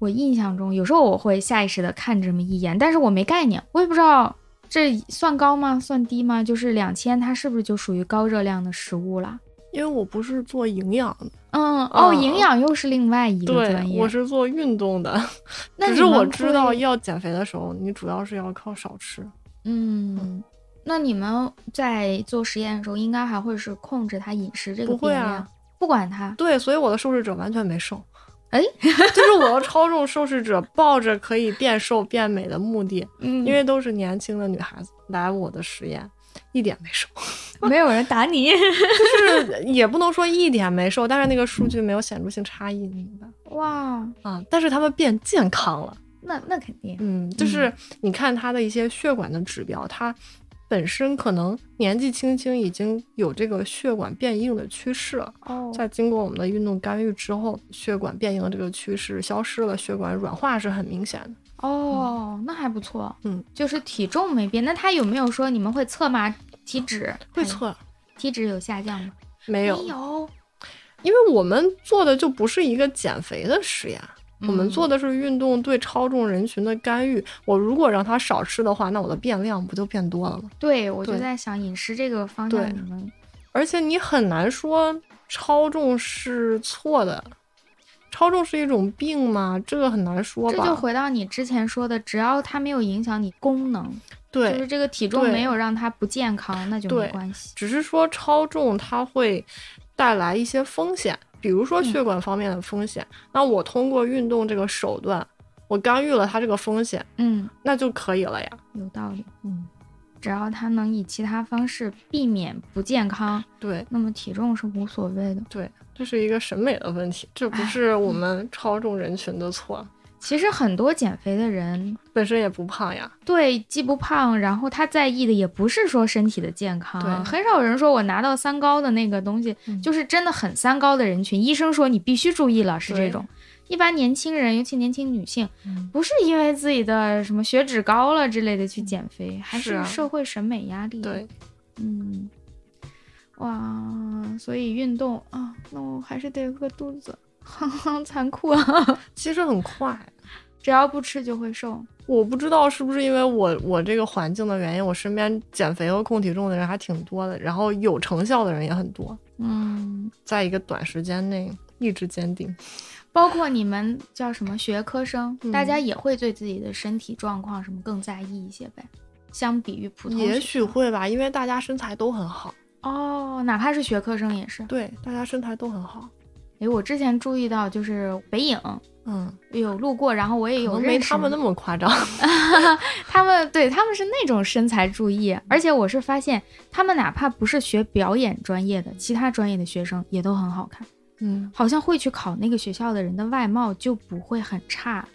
Speaker 1: 我印象中，有时候我会下意识的看这么一眼，但是我没概念，我也不知道这算高吗？算低吗？就是两千，它是不是就属于高热量的食物了？
Speaker 2: 因为我不是做营养的，
Speaker 1: 嗯，哦，
Speaker 2: 嗯
Speaker 1: 营养又是另外一个专业。
Speaker 2: 我是做运动的，
Speaker 1: *laughs* 那
Speaker 2: 只
Speaker 1: 你
Speaker 2: 是我
Speaker 1: 们
Speaker 2: 知道
Speaker 1: 会
Speaker 2: 要减肥的时候，你主要是要靠少吃。
Speaker 1: 嗯，那你们在做实验的时候，应该还会是控制他饮食这个
Speaker 2: 不
Speaker 1: 变
Speaker 2: 会
Speaker 1: 量，
Speaker 2: 啊
Speaker 1: 不管他。
Speaker 2: 对，所以我的受试者完全没瘦。
Speaker 1: 哎，
Speaker 2: *laughs* 就是我的超重受试者抱着可以变瘦变美的目的，
Speaker 1: 嗯
Speaker 2: 因为都是年轻的女孩子来我的实验，一点没瘦，
Speaker 1: *laughs* 没有人打
Speaker 2: *laughs*
Speaker 1: 你。
Speaker 2: 就是 *laughs* 也不能说一点没瘦，但是那个数据没有显著性差异，你明白
Speaker 1: 哇，
Speaker 2: 啊？但是他们变健康了，
Speaker 1: 那那肯定。
Speaker 2: 嗯，就是你看他的一些血管的指标，他本身可能年纪轻轻已经有这个血管变硬的趋势了，
Speaker 1: 哦
Speaker 2: 在经过我们的运动干预之后，血管变硬的这个趋势消失了，血管软化是很明显的。
Speaker 1: 哦，那还不错。
Speaker 2: 嗯，
Speaker 1: 就是体重没变，那他有没有说你们会测吗？体脂
Speaker 2: 会
Speaker 1: 哎
Speaker 2: 测
Speaker 1: 体脂有下降吗？
Speaker 2: 嗯没
Speaker 1: 没
Speaker 2: 有？
Speaker 1: 有，
Speaker 2: 因为我们做的就不是一个减肥的实验，我们做
Speaker 1: 嗯
Speaker 2: 的是运动对超重人群的干预。我如果让他少吃的话，那我的变量不就变多了吗？
Speaker 1: 对，我就
Speaker 2: 对
Speaker 1: 在想饮食这个方
Speaker 2: 对
Speaker 1: 向你们
Speaker 2: 而且你很难说超重是错的，超重是一种病吗？这个很难说
Speaker 1: 这
Speaker 2: 吧。
Speaker 1: 就回到你之前说的，只要它没有影响你功能，
Speaker 2: 对，
Speaker 1: 就是这个体重
Speaker 2: 对
Speaker 1: 没有让它不健康，那就没
Speaker 2: 对
Speaker 1: 关系。
Speaker 2: 只是说超重它会带来一些风险，比如
Speaker 1: 嗯
Speaker 2: 说血管方面的风险。那我通过运动这个手段，我干预了它这个风险，
Speaker 1: 嗯，
Speaker 2: 那就可以了呀。
Speaker 1: 有道理。
Speaker 2: 嗯，
Speaker 1: 只要它能以其他方式避免不健康，
Speaker 2: 对，
Speaker 1: 那么体重是无所谓的。
Speaker 2: 这是一个审美的问题，这不是
Speaker 1: 嗯
Speaker 2: 我们超重人群的错，
Speaker 1: 其实很多减肥的人，
Speaker 2: 本身也不胖呀。
Speaker 1: 对既不胖，然后他在意的也不是说身体的健康，
Speaker 2: 对
Speaker 1: 很少有人说我拿到三高的那个东西，
Speaker 2: 嗯
Speaker 1: 就是真的很三高的人群，医生说你必须注意了，是这
Speaker 2: 对
Speaker 1: 种。一般年轻人，尤其年轻女性，
Speaker 2: 嗯
Speaker 1: 不是因为自己的什么血脂高了之类的去减肥，还
Speaker 2: 是
Speaker 1: 是
Speaker 2: 啊
Speaker 1: 社会审美压力。
Speaker 2: 对，
Speaker 1: 嗯，哇，所以运动啊，那我还是得饿肚子， *laughs* 残酷啊！
Speaker 2: 其实很快。
Speaker 1: 只要不吃就会瘦。
Speaker 2: 我不知道是不是因为我我这个环境的原因，我身边减肥和控体重的人还挺多的，然后有成效的人也很多，
Speaker 1: 嗯，
Speaker 2: 在一个短时间内意志坚定。
Speaker 1: 包括你们叫什么学科生，
Speaker 2: 嗯
Speaker 1: 大家也会对自己的身体状况什么更在意一些呗。相比于普通学生，
Speaker 2: 也许会吧，因为大家身材都很好。
Speaker 1: 哦，哪怕是学科生也是。
Speaker 2: 对，大家身材都很好。
Speaker 1: 诶，我之前注意到，就是北影
Speaker 2: 嗯，
Speaker 1: 有路过，然后我也
Speaker 2: 可
Speaker 1: 有
Speaker 2: 能
Speaker 1: 认
Speaker 2: 没
Speaker 1: 识
Speaker 2: 他们那么夸张。
Speaker 1: *laughs* 他们对他们是那种身材注意，而且我是发现他们哪怕不是学表演专业的，其他专业的学生也都很好看，
Speaker 2: *laughs* 嗯，
Speaker 1: 好像会去考那个学校的人的外貌就不会很差，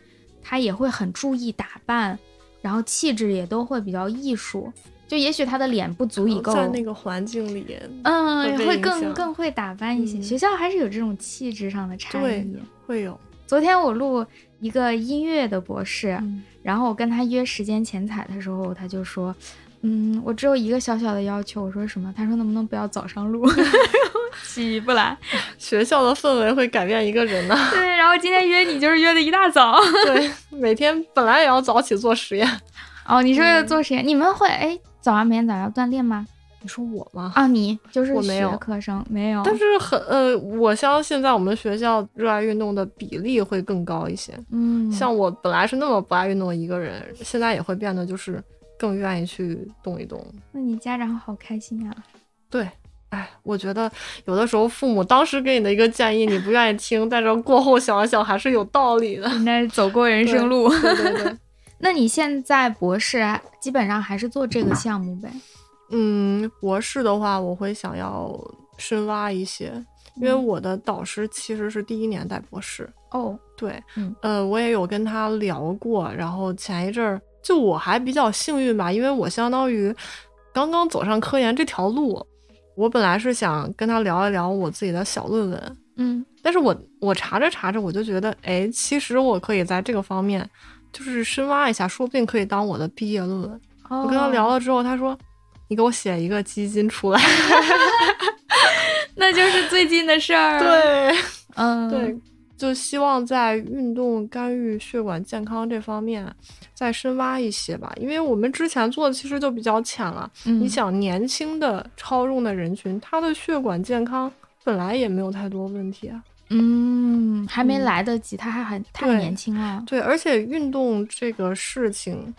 Speaker 1: 他也会很注意打扮，然后气质也都会比较艺术，就也许他的脸不足以够。
Speaker 2: 嗯在那个环境里， *laughs*
Speaker 1: 嗯，
Speaker 2: 被
Speaker 1: 会
Speaker 2: 影
Speaker 1: 更
Speaker 2: 响
Speaker 1: 更会打扮一些。
Speaker 2: 嗯
Speaker 1: 学校还是有这种气质上的差
Speaker 2: 对
Speaker 1: 异。
Speaker 2: 会有。
Speaker 1: 昨天我录一个音乐的博士，
Speaker 2: 嗯
Speaker 1: 然后我跟他约时间前采的时候，他就说，嗯，我只有一个小小的要求。我说什么？他说能不能不要早上录， *laughs* 起不来。
Speaker 2: *laughs* 学校的氛围会改变一个人呢、 *laughs*
Speaker 1: 对，然后今天约你就是约的一大早。
Speaker 2: 对，每天本来也要早起做实验。 *laughs*
Speaker 1: 哦，你说要做实验，你们会哎早上每天早上要锻炼吗？
Speaker 2: 你说我吗？
Speaker 1: 啊，你就是
Speaker 2: 我没
Speaker 1: 学
Speaker 2: 有
Speaker 1: 科生没有，
Speaker 2: 但是很呃，我相信在我们学校热爱运动的比例会更高一些。
Speaker 1: 嗯，
Speaker 2: 像我本来是那么不爱运动的一个人，现在也会变得就是更愿意去动一动。
Speaker 1: 那你家长好开心啊呀、
Speaker 2: 对，哎，我觉得有的时候父母当时给你的一个建议，你不愿意听，但是过后想想还是有道理的。
Speaker 1: 应该走过人生路。 *laughs*
Speaker 2: 对对对，
Speaker 1: 那你现在博士基本上还是做这个项目呗？
Speaker 2: 嗯，博士的话，我会想要深挖一些，因为
Speaker 1: 嗯
Speaker 2: 我的导师其实是第一年带博士，
Speaker 1: 哦，
Speaker 2: 对，
Speaker 1: 嗯
Speaker 2: 呃，我也有跟他聊过，然后前一阵儿就我还比较幸运吧，因为我相当于刚刚走上科研这条路，我本来是想跟他聊一聊我自己的小论文，
Speaker 1: 嗯，
Speaker 2: 但是我我查着查着，我就觉得，哎，其实我可以在这个方面，就是深挖一下，说不定可以当我的毕业论文。
Speaker 1: 哦
Speaker 2: 我跟他聊，了之后，他说，你给我写一个基金出来。
Speaker 1: 那就是最近的事儿。，
Speaker 2: 对
Speaker 1: 嗯，
Speaker 2: 对，就希望在运动干预血管健康这方面再深挖一些吧，因为我们之前做的其实就比较浅了。
Speaker 1: 嗯
Speaker 2: 你想，年轻的超重的人群，他的血管健康本来也没有太多问题啊。
Speaker 1: 嗯，还没
Speaker 2: 嗯
Speaker 1: 来得及，他还很太
Speaker 2: 对
Speaker 1: 年轻啊了。
Speaker 2: 对，而且运动这个事情，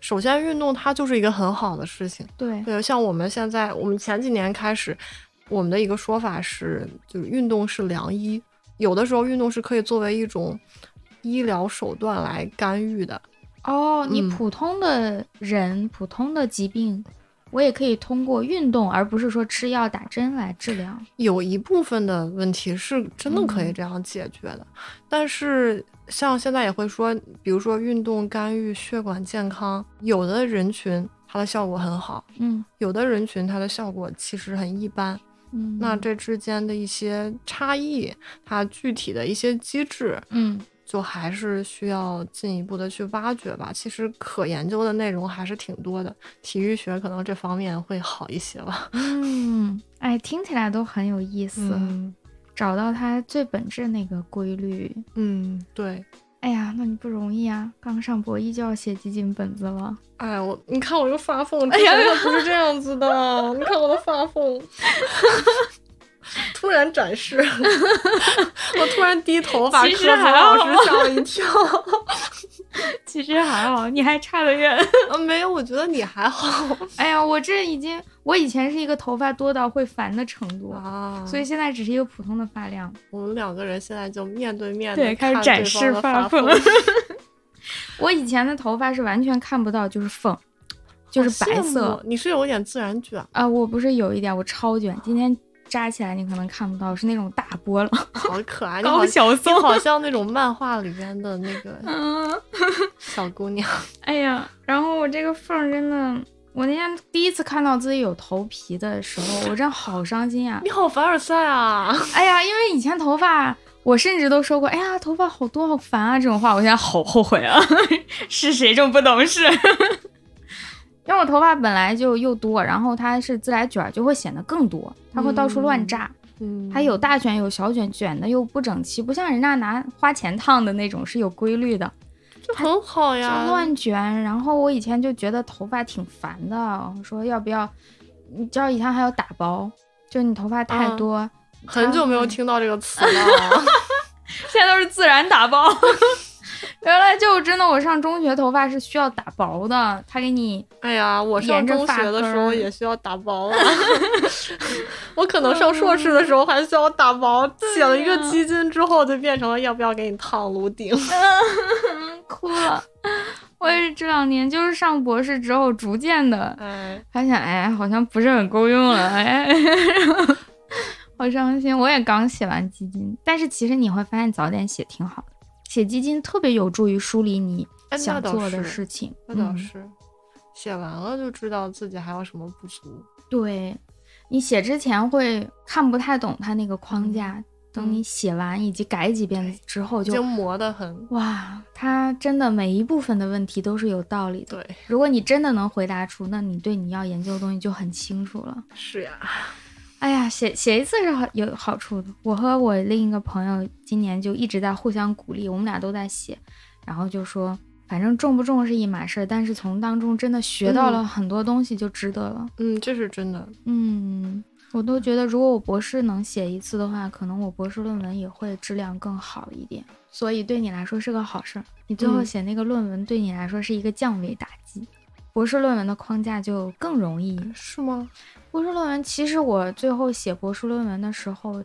Speaker 2: 首先运动它就是一个很好的事情。
Speaker 1: 对，
Speaker 2: 对，像我们现在，我们前几年开始，我们的一个说法是，就是运动是良医，有的时候运动是可以作为一种医疗手段来干预的。
Speaker 1: 哦，你
Speaker 2: 嗯
Speaker 1: 普通的人、普通的疾病，我也可以通过运动，而不是说吃药打针来治疗。
Speaker 2: 有一部分的问题是真的可以这样解决的，但是像现在也会说，比如说运动干预血管健康，有的人群它的效果很好，
Speaker 1: 嗯
Speaker 2: 有的人群它的效果其实很一般。
Speaker 1: 嗯，
Speaker 2: 那这之间的一些差异，它具体的一些机制，
Speaker 1: 嗯
Speaker 2: 就还是需要进一步的去挖掘吧。其实可研究的内容还是挺多的，体育学可能这方面会好一些吧。
Speaker 1: 嗯，哎，听起来都很有意思，
Speaker 2: 嗯
Speaker 1: 找到它最本质那个规律。
Speaker 2: 嗯，对。
Speaker 1: 哎呀，那你不容易啊，刚上博一就要写几本本子了。
Speaker 2: 哎呀，我你看我又发疯，之前可不是这样子的，你看我的发 *laughs* 疯，突然展示， *laughs* 我突然低头把
Speaker 1: 其
Speaker 2: 科
Speaker 1: 实
Speaker 2: 子
Speaker 1: 还好
Speaker 2: 老师吓 *laughs* 了一跳。
Speaker 1: *laughs* 其实还好，你还差得远。
Speaker 2: 啊，没有，我觉得你还好
Speaker 1: *laughs* 哎呀，我这已经，我以前是一个头发多到会烦的程度，
Speaker 2: 啊
Speaker 1: 所以现在只是一个普通的发量。
Speaker 2: 我们两个人现在就面对面
Speaker 1: 对
Speaker 2: 的
Speaker 1: 开始展示
Speaker 2: 发
Speaker 1: 发
Speaker 2: 疯，
Speaker 1: 疯 *laughs* 我以前的头发是完全看不到，就是缝，就是白
Speaker 2: 好羡慕
Speaker 1: 色。
Speaker 2: 你是有点自然卷，
Speaker 1: 啊、我不是有一点，我超卷，今天扎起来你可能看不到，是那种大波浪，
Speaker 2: 好可
Speaker 1: *laughs*
Speaker 2: 爱，你好
Speaker 1: 高小松
Speaker 2: 你。好像那种漫画里边的那个
Speaker 1: 嗯，
Speaker 2: 小姑
Speaker 1: *laughs*
Speaker 2: 娘。
Speaker 1: 哎呀，然后我这个缝儿真的，我那天第一次看到自己有头皮的时候，我真好伤心呀、
Speaker 2: 你好凡尔赛
Speaker 1: *laughs*
Speaker 2: 啊！
Speaker 1: 哎呀，因为以前头发，我甚至都说过，哎呀，头发好多，好烦啊，这种话，我现在好后悔啊， *laughs* 是谁这么不懂事？因为我头发本来就又多，然后它是自来卷儿，就会显得更多，它会到处乱扎，
Speaker 2: 嗯
Speaker 1: 还有大卷有小卷，卷的又不整齐，不像人家拿花钱烫的那种是有规律的，
Speaker 2: 这很好
Speaker 1: 就
Speaker 2: 呀，
Speaker 1: 乱卷。然后我以前就觉得头发挺烦的，我说要不要？你知道以前还有打包，就你头发太
Speaker 2: 嗯
Speaker 1: 多，
Speaker 2: 很久没有听到这个词
Speaker 1: *laughs*
Speaker 2: 了。
Speaker 1: 现在都是自然打包。 *laughs* 原来就真的，我上中学头发是需要打薄的，他给你
Speaker 2: 哎呀，我上中学的时候也需要打薄啊，我可能上硕士的时候还需要打薄，写了一个基金之后就变成了要不要给你烫
Speaker 1: *laughs*
Speaker 2: 颅顶。
Speaker 1: *laughs* 哭了。 *laughs* 我也是这两年，就是上博士之后，逐渐的
Speaker 2: 哎，
Speaker 1: 发现，哎，好像不是很够用了，哎， *laughs* 好伤心。我也刚写完基金，但是其实你会发现，早点写挺好的。写基金特别有助于梳理你
Speaker 2: 哎那
Speaker 1: 想
Speaker 2: 倒
Speaker 1: 做的
Speaker 2: 是
Speaker 1: 事情，
Speaker 2: 那倒
Speaker 1: 嗯
Speaker 2: 是，写完了就知道自己还有什么不足。
Speaker 1: 对，你写之前会看不太懂它那个
Speaker 2: 嗯
Speaker 1: 框架，等你写完以及改几遍之后
Speaker 2: 已
Speaker 1: 就，
Speaker 2: 经磨得很。
Speaker 1: 哇，它真的每一部分的问题都是有道理的。
Speaker 2: 对，
Speaker 1: 如果你真的能回答出，那你对你要研究的东西就很清楚了。
Speaker 2: 是呀，
Speaker 1: 哎呀，写写一次是好有好处的。我和我另一个朋友今年就一直在互相鼓励，我们俩都在写，然后就说，反正重不重是一码事儿，但是从当中真的学到
Speaker 2: 嗯
Speaker 1: 了很多东西，就值得了。
Speaker 2: 嗯，这是真的。
Speaker 1: 嗯，我都觉得，如果我博士能写一次的话，可能我博士论文也会质量更好一点。所以对你来说是个好事儿。你最后
Speaker 2: 嗯
Speaker 1: 写那个论文，对你来说是一个降维打击。博士论文的框架就更容易。
Speaker 2: 是吗？
Speaker 1: 博士论文其实我最后写博士论文的时候，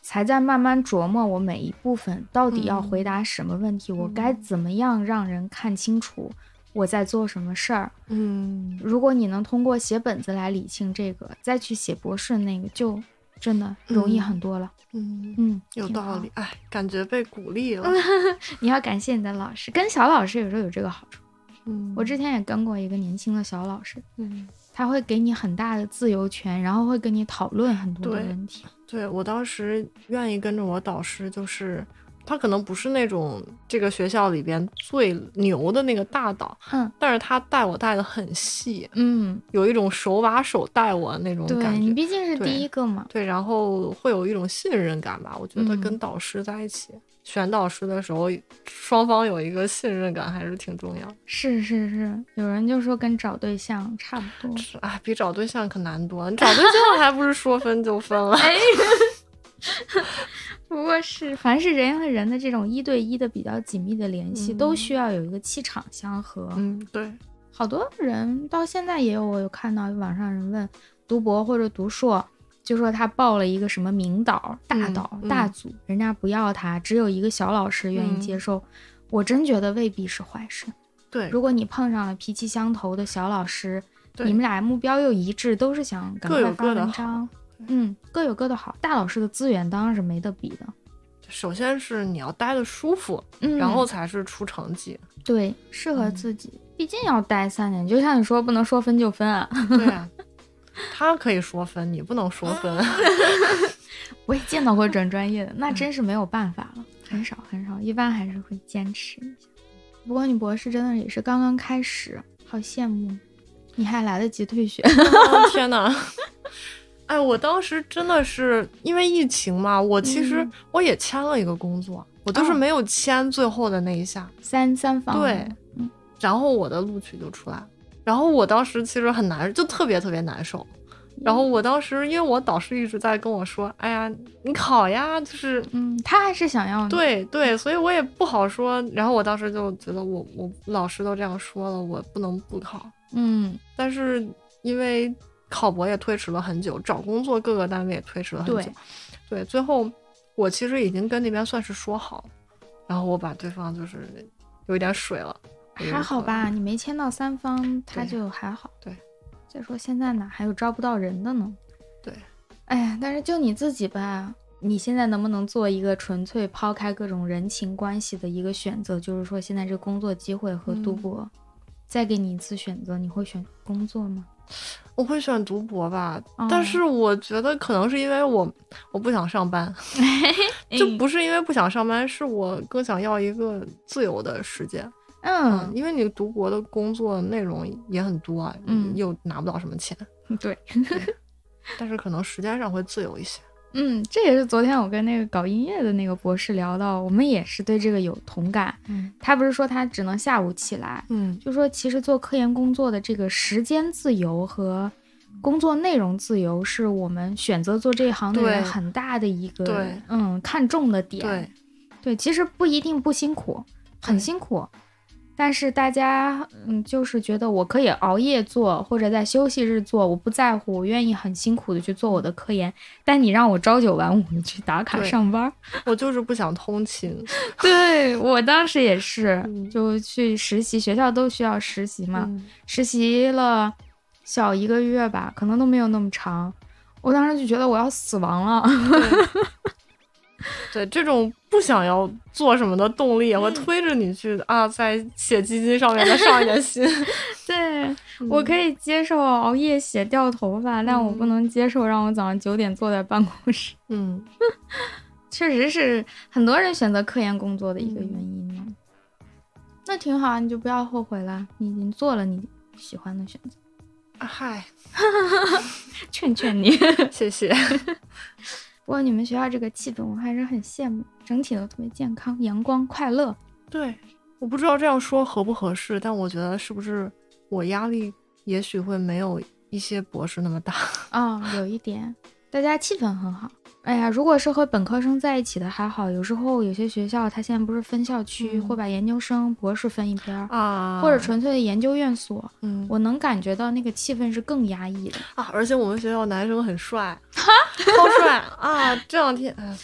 Speaker 1: 才在慢慢琢磨我每一部分到底要
Speaker 2: 嗯
Speaker 1: 回答什么问题，我
Speaker 2: 嗯
Speaker 1: 该怎么样让人看清楚我在做什么事儿。
Speaker 2: 嗯，
Speaker 1: 如果你能通过写本子来理清这个，再去写博士那个，就真的容易很多了。
Speaker 2: 嗯，
Speaker 1: 嗯，
Speaker 2: 有
Speaker 1: 挺好嗯
Speaker 2: 道理。。哎，感觉被鼓励了。
Speaker 1: *laughs* 你要感谢你的老师，跟小老师有时候有这个好处。
Speaker 2: 嗯，
Speaker 1: 我之前也跟过一个年轻的小老师，
Speaker 2: 嗯，
Speaker 1: 他会给你很大的自由权，然后会跟你讨论很多的
Speaker 2: 对
Speaker 1: 问
Speaker 2: *laughs*
Speaker 1: 题。
Speaker 2: 对我当时愿意跟着我导师，就是他可能不是那种这个学校里边最牛的那个大导，
Speaker 1: 嗯
Speaker 2: 但是他带我带的很细，
Speaker 1: 嗯，
Speaker 2: 有一种手把手带我那种
Speaker 1: 对
Speaker 2: 感
Speaker 1: 你
Speaker 2: 觉。
Speaker 1: 毕竟是
Speaker 2: 对
Speaker 1: 第一个嘛。
Speaker 2: 对，然后会有一种信任感吧。我觉得
Speaker 1: 嗯
Speaker 2: 跟导师在一起、选导师的时候，双方有一个信任感还是挺重要的。
Speaker 1: 是是是，有人就说跟找对象差不多。
Speaker 2: 是哎，比找对象可难多了。你找对象还不是说分就分了？
Speaker 1: 哎，不过是凡是人和人的这种一对一的比较紧密的联系，
Speaker 2: 嗯
Speaker 1: 都需要有一个气场相合。
Speaker 2: *laughs* 嗯，对，
Speaker 1: 好多人到现在也有，我有看到网上人问读博或者读硕，就说他报了一个什么名导、大
Speaker 2: 嗯
Speaker 1: 导、
Speaker 2: 嗯
Speaker 1: 大组，人家不要他，只有一个小老师愿意
Speaker 2: 嗯
Speaker 1: 接受。我真觉得未必是坏事。
Speaker 2: 对，
Speaker 1: 如果你碰上了脾气相投的小老师，
Speaker 2: 对
Speaker 1: 你们俩目标又一致，都是想赶快
Speaker 2: 各有
Speaker 1: 发
Speaker 2: 各的
Speaker 1: 文
Speaker 2: 好
Speaker 1: 章
Speaker 2: 对，
Speaker 1: 嗯，各有各的好。大老师的资源当然是没得比的，
Speaker 2: 首先是你要待的舒服，
Speaker 1: 嗯，
Speaker 2: 然后才是出成绩。 *laughs*
Speaker 1: 对适合
Speaker 2: 嗯
Speaker 1: 自己，毕竟要待三年，就像你说，不能说分就分啊。
Speaker 2: 对啊，他可以说分，你不能说分。
Speaker 1: 啊我也见到过转专业 *laughs* 的，那真是没有办法了，很少很少，一般还是会坚持一下。不过你博士真的也是刚刚开始，好羡慕，你还来得及退 *laughs* 学。
Speaker 2: *laughs* 哦天呐！ *laughs* 哎，我当时真的是因为疫情嘛，我其实
Speaker 1: 嗯
Speaker 2: 我也签了一个工作，我就是
Speaker 1: 哦
Speaker 2: 没有签最后的那一下，
Speaker 1: 三三房
Speaker 2: 对然后我的录取就出来了。然后我当时其实很难，就特别特别难受。然后我当时，因为我导师一直在跟我说：“哎呀，你考呀，就是
Speaker 1: 嗯，他还是想要你，
Speaker 2: 对对，所以我也不好说。”然后我当时就觉得我，我老师都这样说了，我不能不考。
Speaker 1: 嗯，
Speaker 2: 但是因为考博也推迟了很久，找工作各个单位也推迟了很久
Speaker 1: 对，
Speaker 2: 对，最后我其实已经跟那边算是说好了，然后我把对方就是有一点水了，我就
Speaker 1: 还好
Speaker 2: 说
Speaker 1: 吧，你没签到三方，他
Speaker 2: 对
Speaker 1: 就还好。
Speaker 2: 对，
Speaker 1: 再说现在哪还有招不到人的呢？
Speaker 2: 对，
Speaker 1: 哎呀，但是就你自己吧，你现在能不能做一个纯粹抛开各种人情关系的一个选择？就是说，现在这工作机会和读
Speaker 2: 嗯
Speaker 1: 博，再给你一次选择，你会选工作吗？
Speaker 2: 我会选读博吧，
Speaker 1: 哦
Speaker 2: 但是我觉得可能是因为我我不想上班，
Speaker 1: 哎
Speaker 2: 就不是因为不想上班，是我更想要一个自由的时间。
Speaker 1: 嗯，
Speaker 2: 因为你读博的工作内容也很多啊，
Speaker 1: 嗯
Speaker 2: 又拿不到什么钱，
Speaker 1: 对，
Speaker 2: 但是可能时间上会自由一些。
Speaker 1: 嗯，这也是昨天我跟那个搞音乐的那个博士聊到，我们也是对这个有同感。
Speaker 2: 嗯
Speaker 1: 他不是说他只能下午起来，
Speaker 2: 嗯
Speaker 1: 就说其实做科研工作的这个时间自由和工作内容自由，是我们选择做这一行的人
Speaker 2: 对
Speaker 1: 很大的一个
Speaker 2: 对
Speaker 1: 嗯看重的点。
Speaker 2: 对，
Speaker 1: 对其实不一定不辛苦，很
Speaker 2: 对
Speaker 1: 辛苦。但是大家，嗯，就是觉得我可以熬夜做，或者在休息日做，我不在乎，我愿意很辛苦的去做我的科研。但你让我朝九晚五的去打卡
Speaker 2: 对
Speaker 1: 上班，
Speaker 2: 我就是不想通
Speaker 1: *laughs*
Speaker 2: 勤。
Speaker 1: 对我当时也是，
Speaker 2: 嗯
Speaker 1: 就去实习，学校都需要实习嘛，
Speaker 2: 嗯
Speaker 1: 实习了小一个月吧，可能都没有那么长。我当时就觉得我要死亡了， *laughs*
Speaker 2: *laughs* 对这种不想要做什么的动力，也
Speaker 1: 嗯
Speaker 2: 会推着你去啊，在写基金上面再上一点心。
Speaker 1: 对、 *laughs* 嗯我可以接受熬夜写掉头发，但我不
Speaker 2: 嗯
Speaker 1: 能接受让我早上九点坐在办公室。 *laughs*
Speaker 2: 嗯，
Speaker 1: 确实是很多人选择科研工作的一个原因嘛。嗯那挺好啊，你就不要后悔啦，你已经做了你喜欢的选择。
Speaker 2: 啊嗨，
Speaker 1: 劝劝你。
Speaker 2: 谢谢。 *laughs*
Speaker 1: 不过你们学校这个气氛我还是很羡慕，整体都特别健康、阳光、快乐。
Speaker 2: 对，我不知道这样说合不合适，但我觉得是不是我压力也许会没有一些博士那么大。
Speaker 1: 啊、有一点，大家气氛很好。哎呀，如果是和本科生在一起的还好，有时候有些学校它现在不是分校区、
Speaker 2: 嗯
Speaker 1: 会把研究生、博士分一边儿，
Speaker 2: 啊
Speaker 1: 或者纯粹的研究院所，
Speaker 2: 嗯
Speaker 1: 我能感觉到那个气氛是更压抑的。
Speaker 2: 啊，而且我们学校男生很帅，超帅啊！这两天，哎，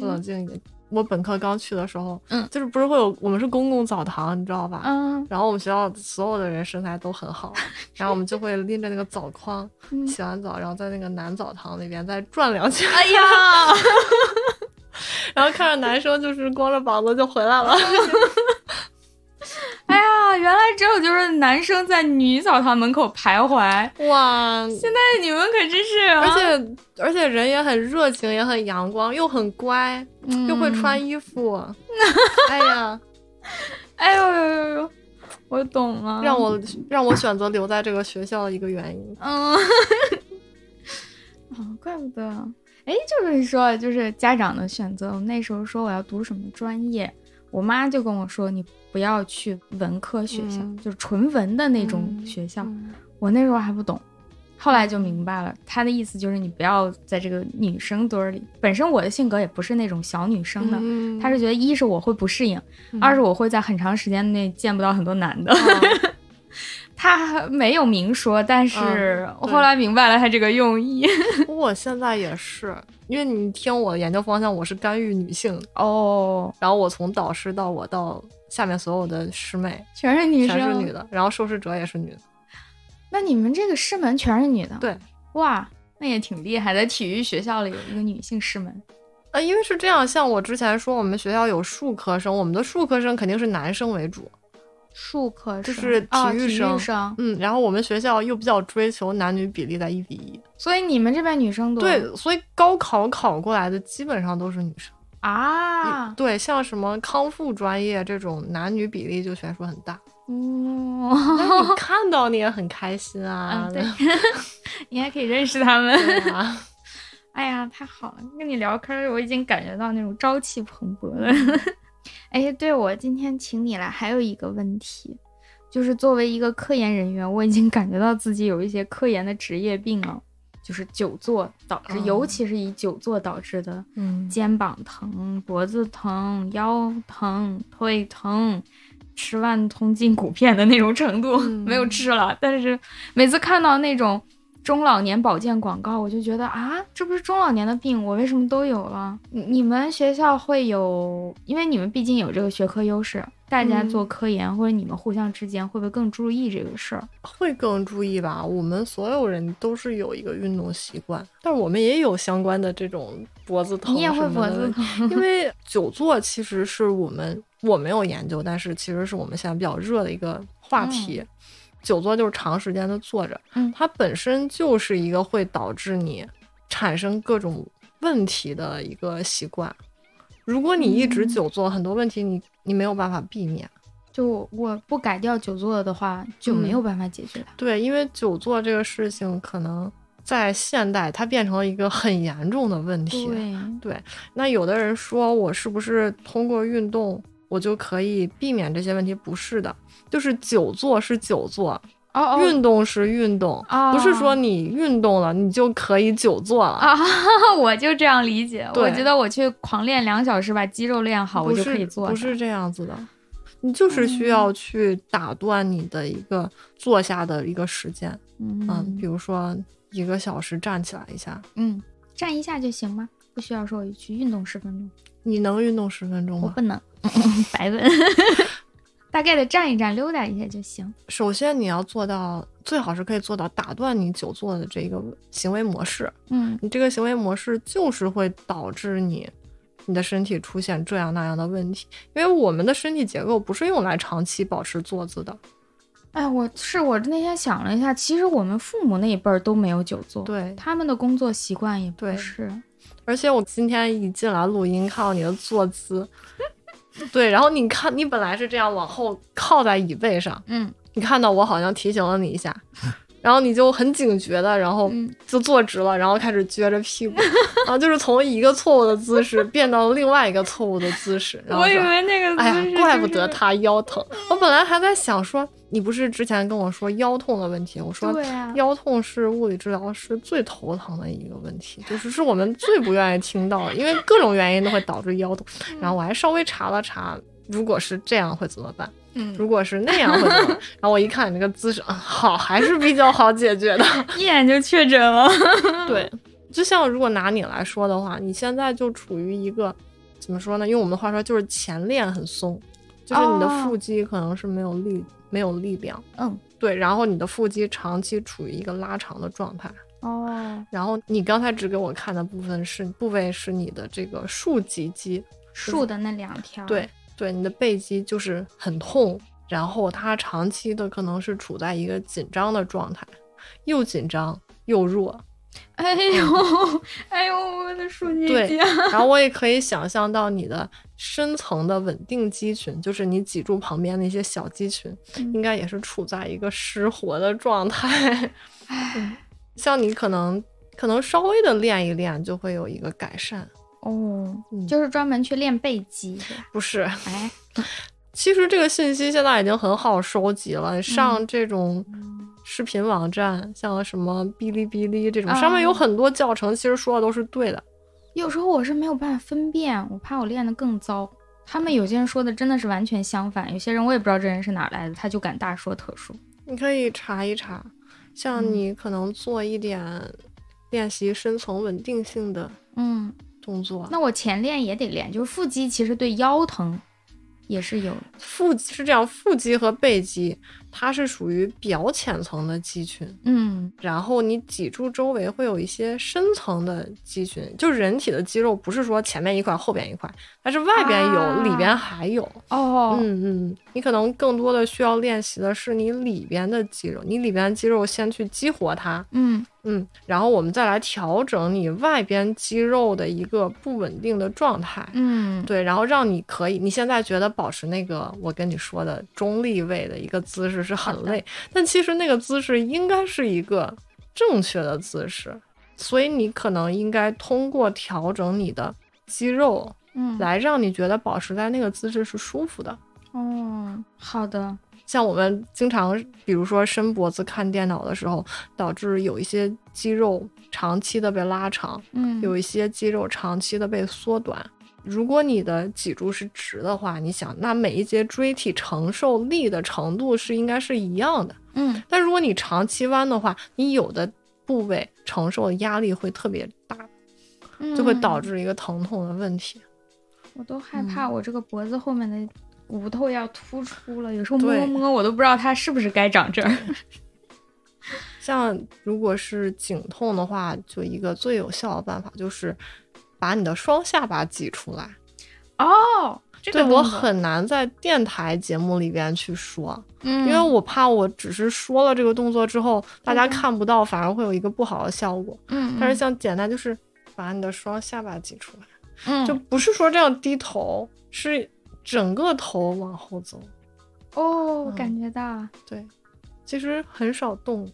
Speaker 2: 我冷
Speaker 1: 嗯
Speaker 2: 静一点。我本科刚去的时候，
Speaker 1: 嗯
Speaker 2: 就是不是会有我们是公共澡堂，你知道吧？
Speaker 1: 嗯
Speaker 2: 然后我们学校所有的人身材都很 *laughs* 好，然后我们就会拎着那个澡筐，
Speaker 1: 嗯，
Speaker 2: 洗完澡，然后在那个男澡堂里边再转两圈， *laughs*
Speaker 1: 哎呀，
Speaker 2: 然后看着男生就是光着膀子就回来了。
Speaker 1: *laughs* 哎呀，原来只有就是男生在女澡堂门口徘徊，
Speaker 2: 哇！
Speaker 1: 现在你们可真是、啊
Speaker 2: 而且而且人也很热情，也很阳光，又很乖，
Speaker 1: 且
Speaker 2: 又会穿
Speaker 1: *laughs*
Speaker 2: 衣服。哎呀，
Speaker 1: 哎呦呦呦呦，我懂了，
Speaker 2: 让我让我选择留在这个学校的一个原因。
Speaker 1: 嗯， *laughs* 哦，怪不得。哎，就是你说，就是家长的选择。我那时候说我要读什么专业，我妈就跟我说，你不要去文科学校，
Speaker 2: 嗯
Speaker 1: 就是纯文的那种
Speaker 2: 嗯
Speaker 1: 学校。我那时候还不懂，后来就明白了，她的意思就是你不要在这个女生堆儿里。本身我的性格也不是那种小女生的，
Speaker 2: 嗯
Speaker 1: 她是觉得一是我会不适应，
Speaker 2: 嗯
Speaker 1: 二是我会在很长时间内见不到很多男的。
Speaker 2: 哦
Speaker 1: 他没有明说，但是
Speaker 2: 嗯
Speaker 1: 我
Speaker 2: 对
Speaker 1: 后来明白了他这个用意。
Speaker 2: 我现在也是，因为你听我的研究方向，我是干预女性，
Speaker 1: *laughs* 哦，
Speaker 2: 然后我从导师到我到下面所有的师妹
Speaker 1: 全是女
Speaker 2: 全是
Speaker 1: 生，
Speaker 2: 女的，然后受试者也是女的。
Speaker 1: 那你们这个师门全是女的？
Speaker 2: 对，
Speaker 1: 哇，那也挺厉害，在体育学校里有一个女性师门。
Speaker 2: 啊，因为是这样，像我之前说，我们学校有数科生，我们的数科生肯定是男生为主，
Speaker 1: 术科
Speaker 2: 就
Speaker 1: 生
Speaker 2: 是
Speaker 1: 哦
Speaker 2: 体育
Speaker 1: 体
Speaker 2: 生
Speaker 1: 生，
Speaker 2: 嗯，然后我们学校又比较追求男女比例在一比一，
Speaker 1: 所以你们这边女生多
Speaker 2: 对，所以高考考过来的基本上都是女生，
Speaker 1: 啊，
Speaker 2: 对，像什么康复专业这种男女比例就悬殊很大， *laughs*
Speaker 1: *laughs* 嗯，
Speaker 2: 但是你看到你也很开心啊，
Speaker 1: 嗯对， *laughs* 你还可以认识他们。
Speaker 2: *laughs* 对啊，
Speaker 1: 哎呀，太好了！跟你聊嗑儿，我已经感觉到那种朝气蓬勃了。 *laughs* 哎，对，我今天请你来还有一个问题，就是作为一个科研人员，我已经感觉到自己有一些科研的职业病了，就是久坐导致，
Speaker 2: 哦
Speaker 1: 尤其是以久坐导致的
Speaker 2: 嗯，
Speaker 1: 肩膀疼、脖子疼、腰疼、腿疼，吃万通筋骨片的那种程度，*laughs*
Speaker 2: 嗯
Speaker 1: 没有吃了。但是每次看到那种中老年保健广告，我就觉得啊，这不是中老年的病，我为什么都有了？你你们学校会有，因为你们毕竟有这个学科优势，大家
Speaker 2: 嗯
Speaker 1: 做科研、或者你们互相之间会不会更注意这个事儿？
Speaker 2: 会更注意吧。我们所有人都是有一个运动习惯，但是我们也有相关的这种脖子疼，
Speaker 1: 你也会脖子疼？
Speaker 2: 疼，因为久坐其实是我们我没有研究，但是其实是我们现在比较热的一个话题。久坐就是长时间的坐着，
Speaker 1: 嗯
Speaker 2: 它本身就是一个会导致你产生各种问题的一个习惯。如果你一直
Speaker 1: 嗯
Speaker 2: 久坐，很多问题你你没有办法避免。
Speaker 1: 就我不改掉久坐的话，就没有办法解决它。
Speaker 2: 对，因为久坐这个事情，可能在现代它变成了一个很严重的问题。
Speaker 1: 对，
Speaker 2: 那有的人说我是不是通过运动我就可以避免这些问题？不是的，就是久坐是久坐，
Speaker 1: 哦哦，
Speaker 2: 运动是运动，
Speaker 1: 哦
Speaker 2: 不是说你运动了你就可以久坐了。
Speaker 1: 啊， *laughs* 我就这样理解。
Speaker 2: 对
Speaker 1: 我觉得我去狂练两小时，把肌肉练好，我
Speaker 2: 不
Speaker 1: 就是可以哦做。
Speaker 2: 不是这样子的。你就是需要去打断你的一个坐下的一个时间，嗯，比
Speaker 1: 嗯
Speaker 2: 如说一个小时站起来一下，
Speaker 1: 嗯，站一下就行吗？不需要说我去运动十分钟，
Speaker 2: 你能运动十分钟
Speaker 1: 我
Speaker 2: 吗？
Speaker 1: 不 *laughs* 能，白问。 *laughs* 大概的站一站，溜达一下就行。
Speaker 2: 首先你要做到，最好是可以做到打断你久坐的这个行为模式。
Speaker 1: 嗯
Speaker 2: 你这个行为模式就是会导致你你的身体出现这样那样的问题，因为我们的身体结构不是用来长期保持坐姿的。
Speaker 1: 哎，我是我那天想了一下，其实我们父母那一辈儿都没有久坐，
Speaker 2: 对，
Speaker 1: 他们的工作习惯也不
Speaker 2: 对
Speaker 1: 是。
Speaker 2: 而且我今天一进来录音，看到你的坐姿，对，然后你看，你本来是这样往后靠在椅背上，
Speaker 1: 嗯
Speaker 2: 你看到我好像提醒了你一下， *laughs* 然后你就很警觉的，然后
Speaker 1: 嗯
Speaker 2: 就坐直了，然后开始撅着屁股， *laughs* 然后就是从一个错误的姿势变到另外一个错误的姿势。然
Speaker 1: 嗯
Speaker 2: 后
Speaker 1: 我以
Speaker 2: 说
Speaker 1: 为那个姿
Speaker 2: 哎
Speaker 1: 势
Speaker 2: 呀，怪不
Speaker 1: 就
Speaker 2: 得
Speaker 1: 是
Speaker 2: 他腰疼。我本来还在想说，你不是之前跟我说腰痛的问题？我说
Speaker 1: 对啊
Speaker 2: 腰痛是物理治疗师最头疼的一个问题，就是是我们最不愿意听到的，因为各种原因都会导致腰痛。
Speaker 1: 嗯
Speaker 2: 然后我还稍微查了查，如果是这样会怎么办？
Speaker 1: 嗯
Speaker 2: 如果是那样会 *laughs* 怎么办？然后我一看你这个姿势，嗯好，还是比较好解 *laughs* 决的。
Speaker 1: 一眼就确诊了。
Speaker 2: 对， *laughs* 就像如果拿你来说的话，你现在就处于一个怎么说呢？用我们的话说，就是前链很松，就是你的
Speaker 1: 哦
Speaker 2: 腹肌可能是没有力、没有力量。
Speaker 1: 嗯
Speaker 2: 对，然后你的腹肌长期处于一个拉长的状态，
Speaker 1: 哦，
Speaker 2: 然后你刚才只给我看的部分是部位是你的这个竖脊肌，
Speaker 1: 竖的那两条。
Speaker 2: 对对，你的背肌就是很痛，然后它长期的可能是处在一个紧张的状态，又紧张又弱，
Speaker 1: 哎呦， *laughs* 哎呦，我的竖脊
Speaker 2: 对
Speaker 1: 肌！
Speaker 2: 然后我也可以想象到你的深层的稳定肌群，就是你脊柱旁边的一些小肌群，
Speaker 1: 嗯
Speaker 2: 应该也是处在一个失活的状态。嗯
Speaker 1: 哎，
Speaker 2: 像你可能可能稍微的练一练，就会有一个改善。
Speaker 1: 哦，
Speaker 2: 嗯
Speaker 1: 就是专门去练背肌的。
Speaker 2: 不是，
Speaker 1: 哎，
Speaker 2: 其实这个信息现在已经很好收集了，上这种。视频网站像什么哔哩哔哩这种，上面有
Speaker 1: 啊
Speaker 2: 很多教程，其实说的都是对的。
Speaker 1: 有时候我是没有办法分辨，我怕我练得更糟。他们有些人说的真的是完全相反，有些人我也不知道这人是哪儿来的，他就敢大说特说。
Speaker 2: 你可以查一查，像
Speaker 1: 嗯
Speaker 2: 你可能做一点练习深层稳定性的
Speaker 1: 嗯，
Speaker 2: 动作。
Speaker 1: 那我前练也得练，就是腹肌其实对腰疼也是有的。
Speaker 2: 腹肌是这样，腹肌和背肌它是属于表浅层的肌群，
Speaker 1: 嗯
Speaker 2: 然后你脊柱周围会有一些深层的肌群，就是人体的肌肉不是说前面一块后边一块，但是外边有，
Speaker 1: 啊
Speaker 2: 里边还有。
Speaker 1: 哦
Speaker 2: 嗯嗯，你可能更多的需要练习的是你里边的肌肉，你里边肌肉先去激活它，
Speaker 1: 嗯
Speaker 2: 嗯，然后我们再来调整你外边肌肉的一个不稳定的状态。
Speaker 1: 嗯
Speaker 2: 对，然后让你可以，你现在觉得保持那个我跟你说的中立位的一个姿势是很累，但其实那个姿势应该是一个正确的姿势，所以你可能应该通过调整你的肌肉
Speaker 1: 嗯，
Speaker 2: 来让你觉得保持在那个姿势是舒服的。
Speaker 1: 哦，好的，
Speaker 2: 像我们经常，比如说伸脖子看电脑的时候，导致有一些肌肉长期的被拉长，
Speaker 1: 嗯，
Speaker 2: 有一些肌肉长期的被缩短。如果你的脊柱是直的话，你想，那每一节椎体承受力的程度是应该是一样的。
Speaker 1: 嗯
Speaker 2: 但如果你长期弯的话，你有的部位承受的压力会特别大，就会导
Speaker 1: 致。
Speaker 2: 致一个疼痛的问题。
Speaker 1: 我都害
Speaker 2: 嗯
Speaker 1: 怕我这个脖子后面的骨头要突出了，有时候摸
Speaker 2: 对
Speaker 1: 摸我都不知道它是不是该长这儿。
Speaker 2: 像如果是颈痛的话，就一个最有效的办法就是把你的双下巴挤出来。
Speaker 1: *laughs* 哦，这
Speaker 2: 对
Speaker 1: 个
Speaker 2: 我
Speaker 1: 动作，
Speaker 2: 很难在电台节目里边去说，
Speaker 1: 嗯，
Speaker 2: 因为我怕我只是说了这个动作之后，大家
Speaker 1: 嗯
Speaker 2: 看不到，反而会有一个不好的效果。
Speaker 1: 嗯，
Speaker 2: 但是像简单就是把你的双下巴挤出来，
Speaker 1: 嗯
Speaker 2: 就不是说这样低头，是整个头往后走。
Speaker 1: 哦，我
Speaker 2: 嗯
Speaker 1: 感觉到了，
Speaker 2: 对，其实很少动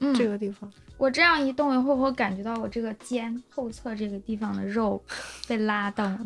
Speaker 1: 嗯，
Speaker 2: 这个地方。
Speaker 1: 我这样一动，会不会感觉到我这个肩后侧这个地方的肉被拉到 *laughs* 了？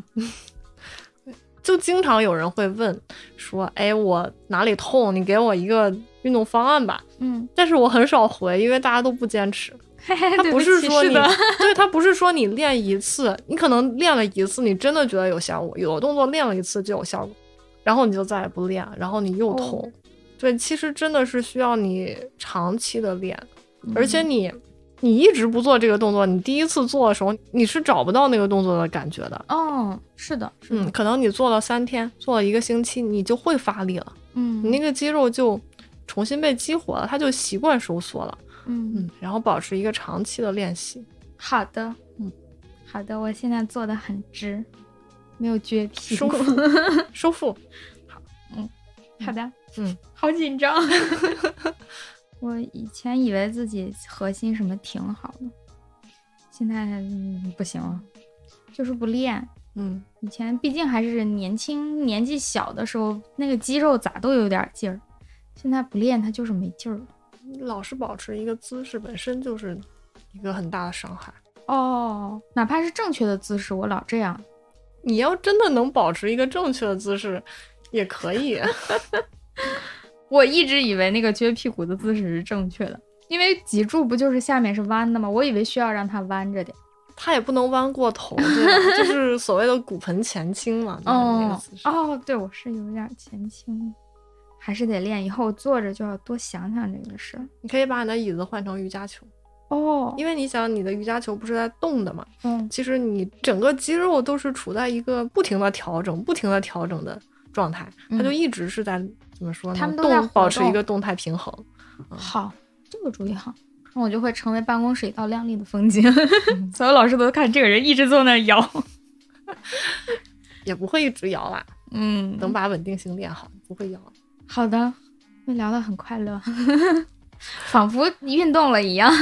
Speaker 2: 就经常有人会问说：“哎，我哪里痛？你给我一个运动方案吧。”
Speaker 1: 嗯，
Speaker 2: 但是我很少回，因为大家都不坚持。
Speaker 1: 它
Speaker 2: 他不是说你，
Speaker 1: 的，
Speaker 2: 对他不是说你练一次，你可能练了一次，你真的觉得有效果，有的动作练了一次就有效果，然后你就再也不练，然后你又痛。
Speaker 1: 哦
Speaker 2: 对，其实真的是需要你长期的练，
Speaker 1: 嗯
Speaker 2: 而且你你一直不做这个动作，你第一次做的时候你是找不到那个动作的感觉的。
Speaker 1: 哦，是的，是
Speaker 2: 嗯，
Speaker 1: 的，
Speaker 2: 可能你做了三天，做了一个星期，你就会发力了，
Speaker 1: 嗯，
Speaker 2: 你那个肌肉就重新被激活了，它就习惯收缩了。
Speaker 1: 嗯
Speaker 2: 嗯，，然后保持一个长期的练习。
Speaker 1: 好的，
Speaker 2: 嗯，
Speaker 1: 好的，我现在坐的很直，没有撅屁
Speaker 2: *laughs* 收
Speaker 1: 股。
Speaker 2: 腹，收腹。
Speaker 1: 好的，
Speaker 2: 嗯，
Speaker 1: *laughs* 好紧张。我以前以为自己核心什么挺好的，现在、嗯、不行了，就是不练。
Speaker 2: 嗯，
Speaker 1: 以前毕竟还是年轻、年纪小的时候，那个肌肉咋都有点劲儿，现在不练它就是没劲儿了。
Speaker 2: 老是保持一个姿势本身就是一个很大的伤害。
Speaker 1: 哦，哪怕是正确的姿势，我老这样。
Speaker 2: 你要真的能保持一个正确的姿势，也可以。 *laughs*
Speaker 1: 我一直以为那个撅屁股的姿势是正确的，因为脊柱不就是下面是弯的吗？我以为需要让它弯着点。
Speaker 2: 它也不能弯过头，对吧？ *laughs* 就是所谓的骨盆前倾嘛，就是那个
Speaker 1: 哦
Speaker 2: 姿势。
Speaker 1: 哦，对，我是有点前倾，还是得练。以后坐着就要多想想这个事儿。
Speaker 2: 你可以把你的椅子换成瑜伽球，
Speaker 1: 哦，
Speaker 2: 因为你想你的瑜伽球不是在动的嘛，
Speaker 1: 嗯
Speaker 2: 其实你整个肌肉都是处在一个不停的调整、不停的调整的状态，它就
Speaker 1: 嗯
Speaker 2: 一直是在怎么说呢？
Speaker 1: 它们都在
Speaker 2: 动
Speaker 1: 活
Speaker 2: 保持一
Speaker 1: 动
Speaker 2: 个动态平衡。
Speaker 1: 嗯好，这个主意好，那我就会成为办公室一道亮丽的风景。嗯所有老师都看这个人一直坐那儿摇。
Speaker 2: 也不会一直摇啊啦，
Speaker 1: 嗯，
Speaker 2: 能把稳定性练好，不会摇。
Speaker 1: 好的，会聊得很快乐， *laughs* 仿佛运动了一样。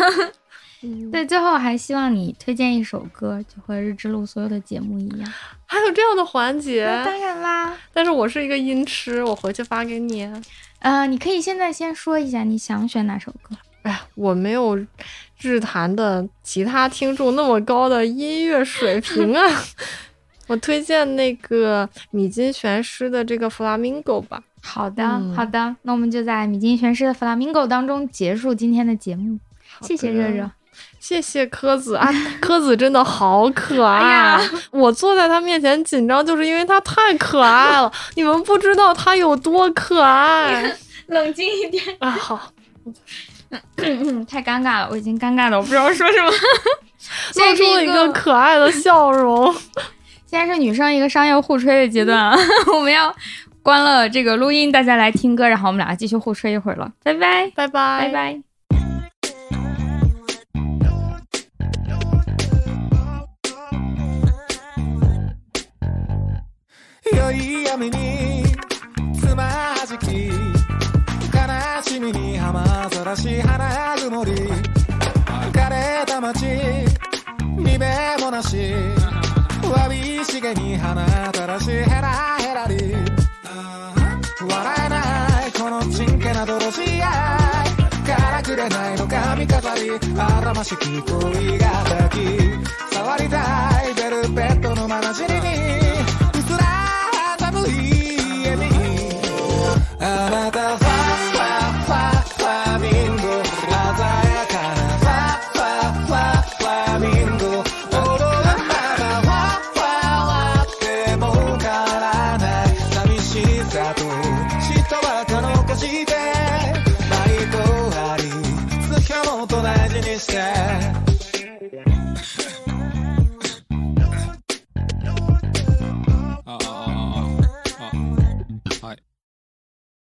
Speaker 2: 嗯，
Speaker 1: 对，最后还希望你推荐一首歌，就和日之路所有的节目一样。
Speaker 2: 还有这样的环节，
Speaker 1: 然啦，
Speaker 2: 但是我是一个音痴，我回去发给你。
Speaker 1: 呃，你可以现在先说一下你想选哪首歌。
Speaker 2: 哎呀，我没有日坛的其他听众那么高的音乐水平啊。
Speaker 1: *laughs*
Speaker 2: 我推荐那个米津玄师的这个《弗拉明戈》吧。
Speaker 1: 好的，
Speaker 2: 嗯
Speaker 1: 好的，那我们就在米津玄师的《弗拉明戈》当中结束今天的节目。谢谢热热，
Speaker 2: 谢谢柯子啊，柯子真的好可爱、
Speaker 1: *laughs*
Speaker 2: 啊
Speaker 1: 哎呀
Speaker 2: 我坐在他面前紧张，就是因为他太可爱了。你们不知道他有多
Speaker 1: *laughs*
Speaker 2: 可爱
Speaker 1: 冷静一点，
Speaker 2: 啊！好，
Speaker 1: 嗯太尴尬了，我已经尴尬的我不知道说什
Speaker 2: *laughs*
Speaker 1: 么。现在
Speaker 2: 露
Speaker 1: 是
Speaker 2: 出了一
Speaker 1: 一
Speaker 2: 个
Speaker 1: 个，
Speaker 2: 可爱的笑容。
Speaker 1: *laughs* 现在是女生一个商业互吹的阶段啊，我们要关了这个录音，大家来听歌，然后我们俩继续互吹一会儿了，拜拜，
Speaker 2: *laughs* 拜拜
Speaker 1: 拜拜。
Speaker 3: 良い闇につまじき悲しみに浜ざらし花曇り枯れた街に目もなしわびしげに花たらしヘラヘラり笑えないこのちんけな泥仕合からくれないの髪飾りあらましき恋が抱き触りたいベルベットのまなじりにうすら寒い家にあなたファファファファミンゴ鮮やかなファファファファミンゴ踊るままファファ笑っても変わらない寂しさと人は可能化してバイトあり好きもっと大事にして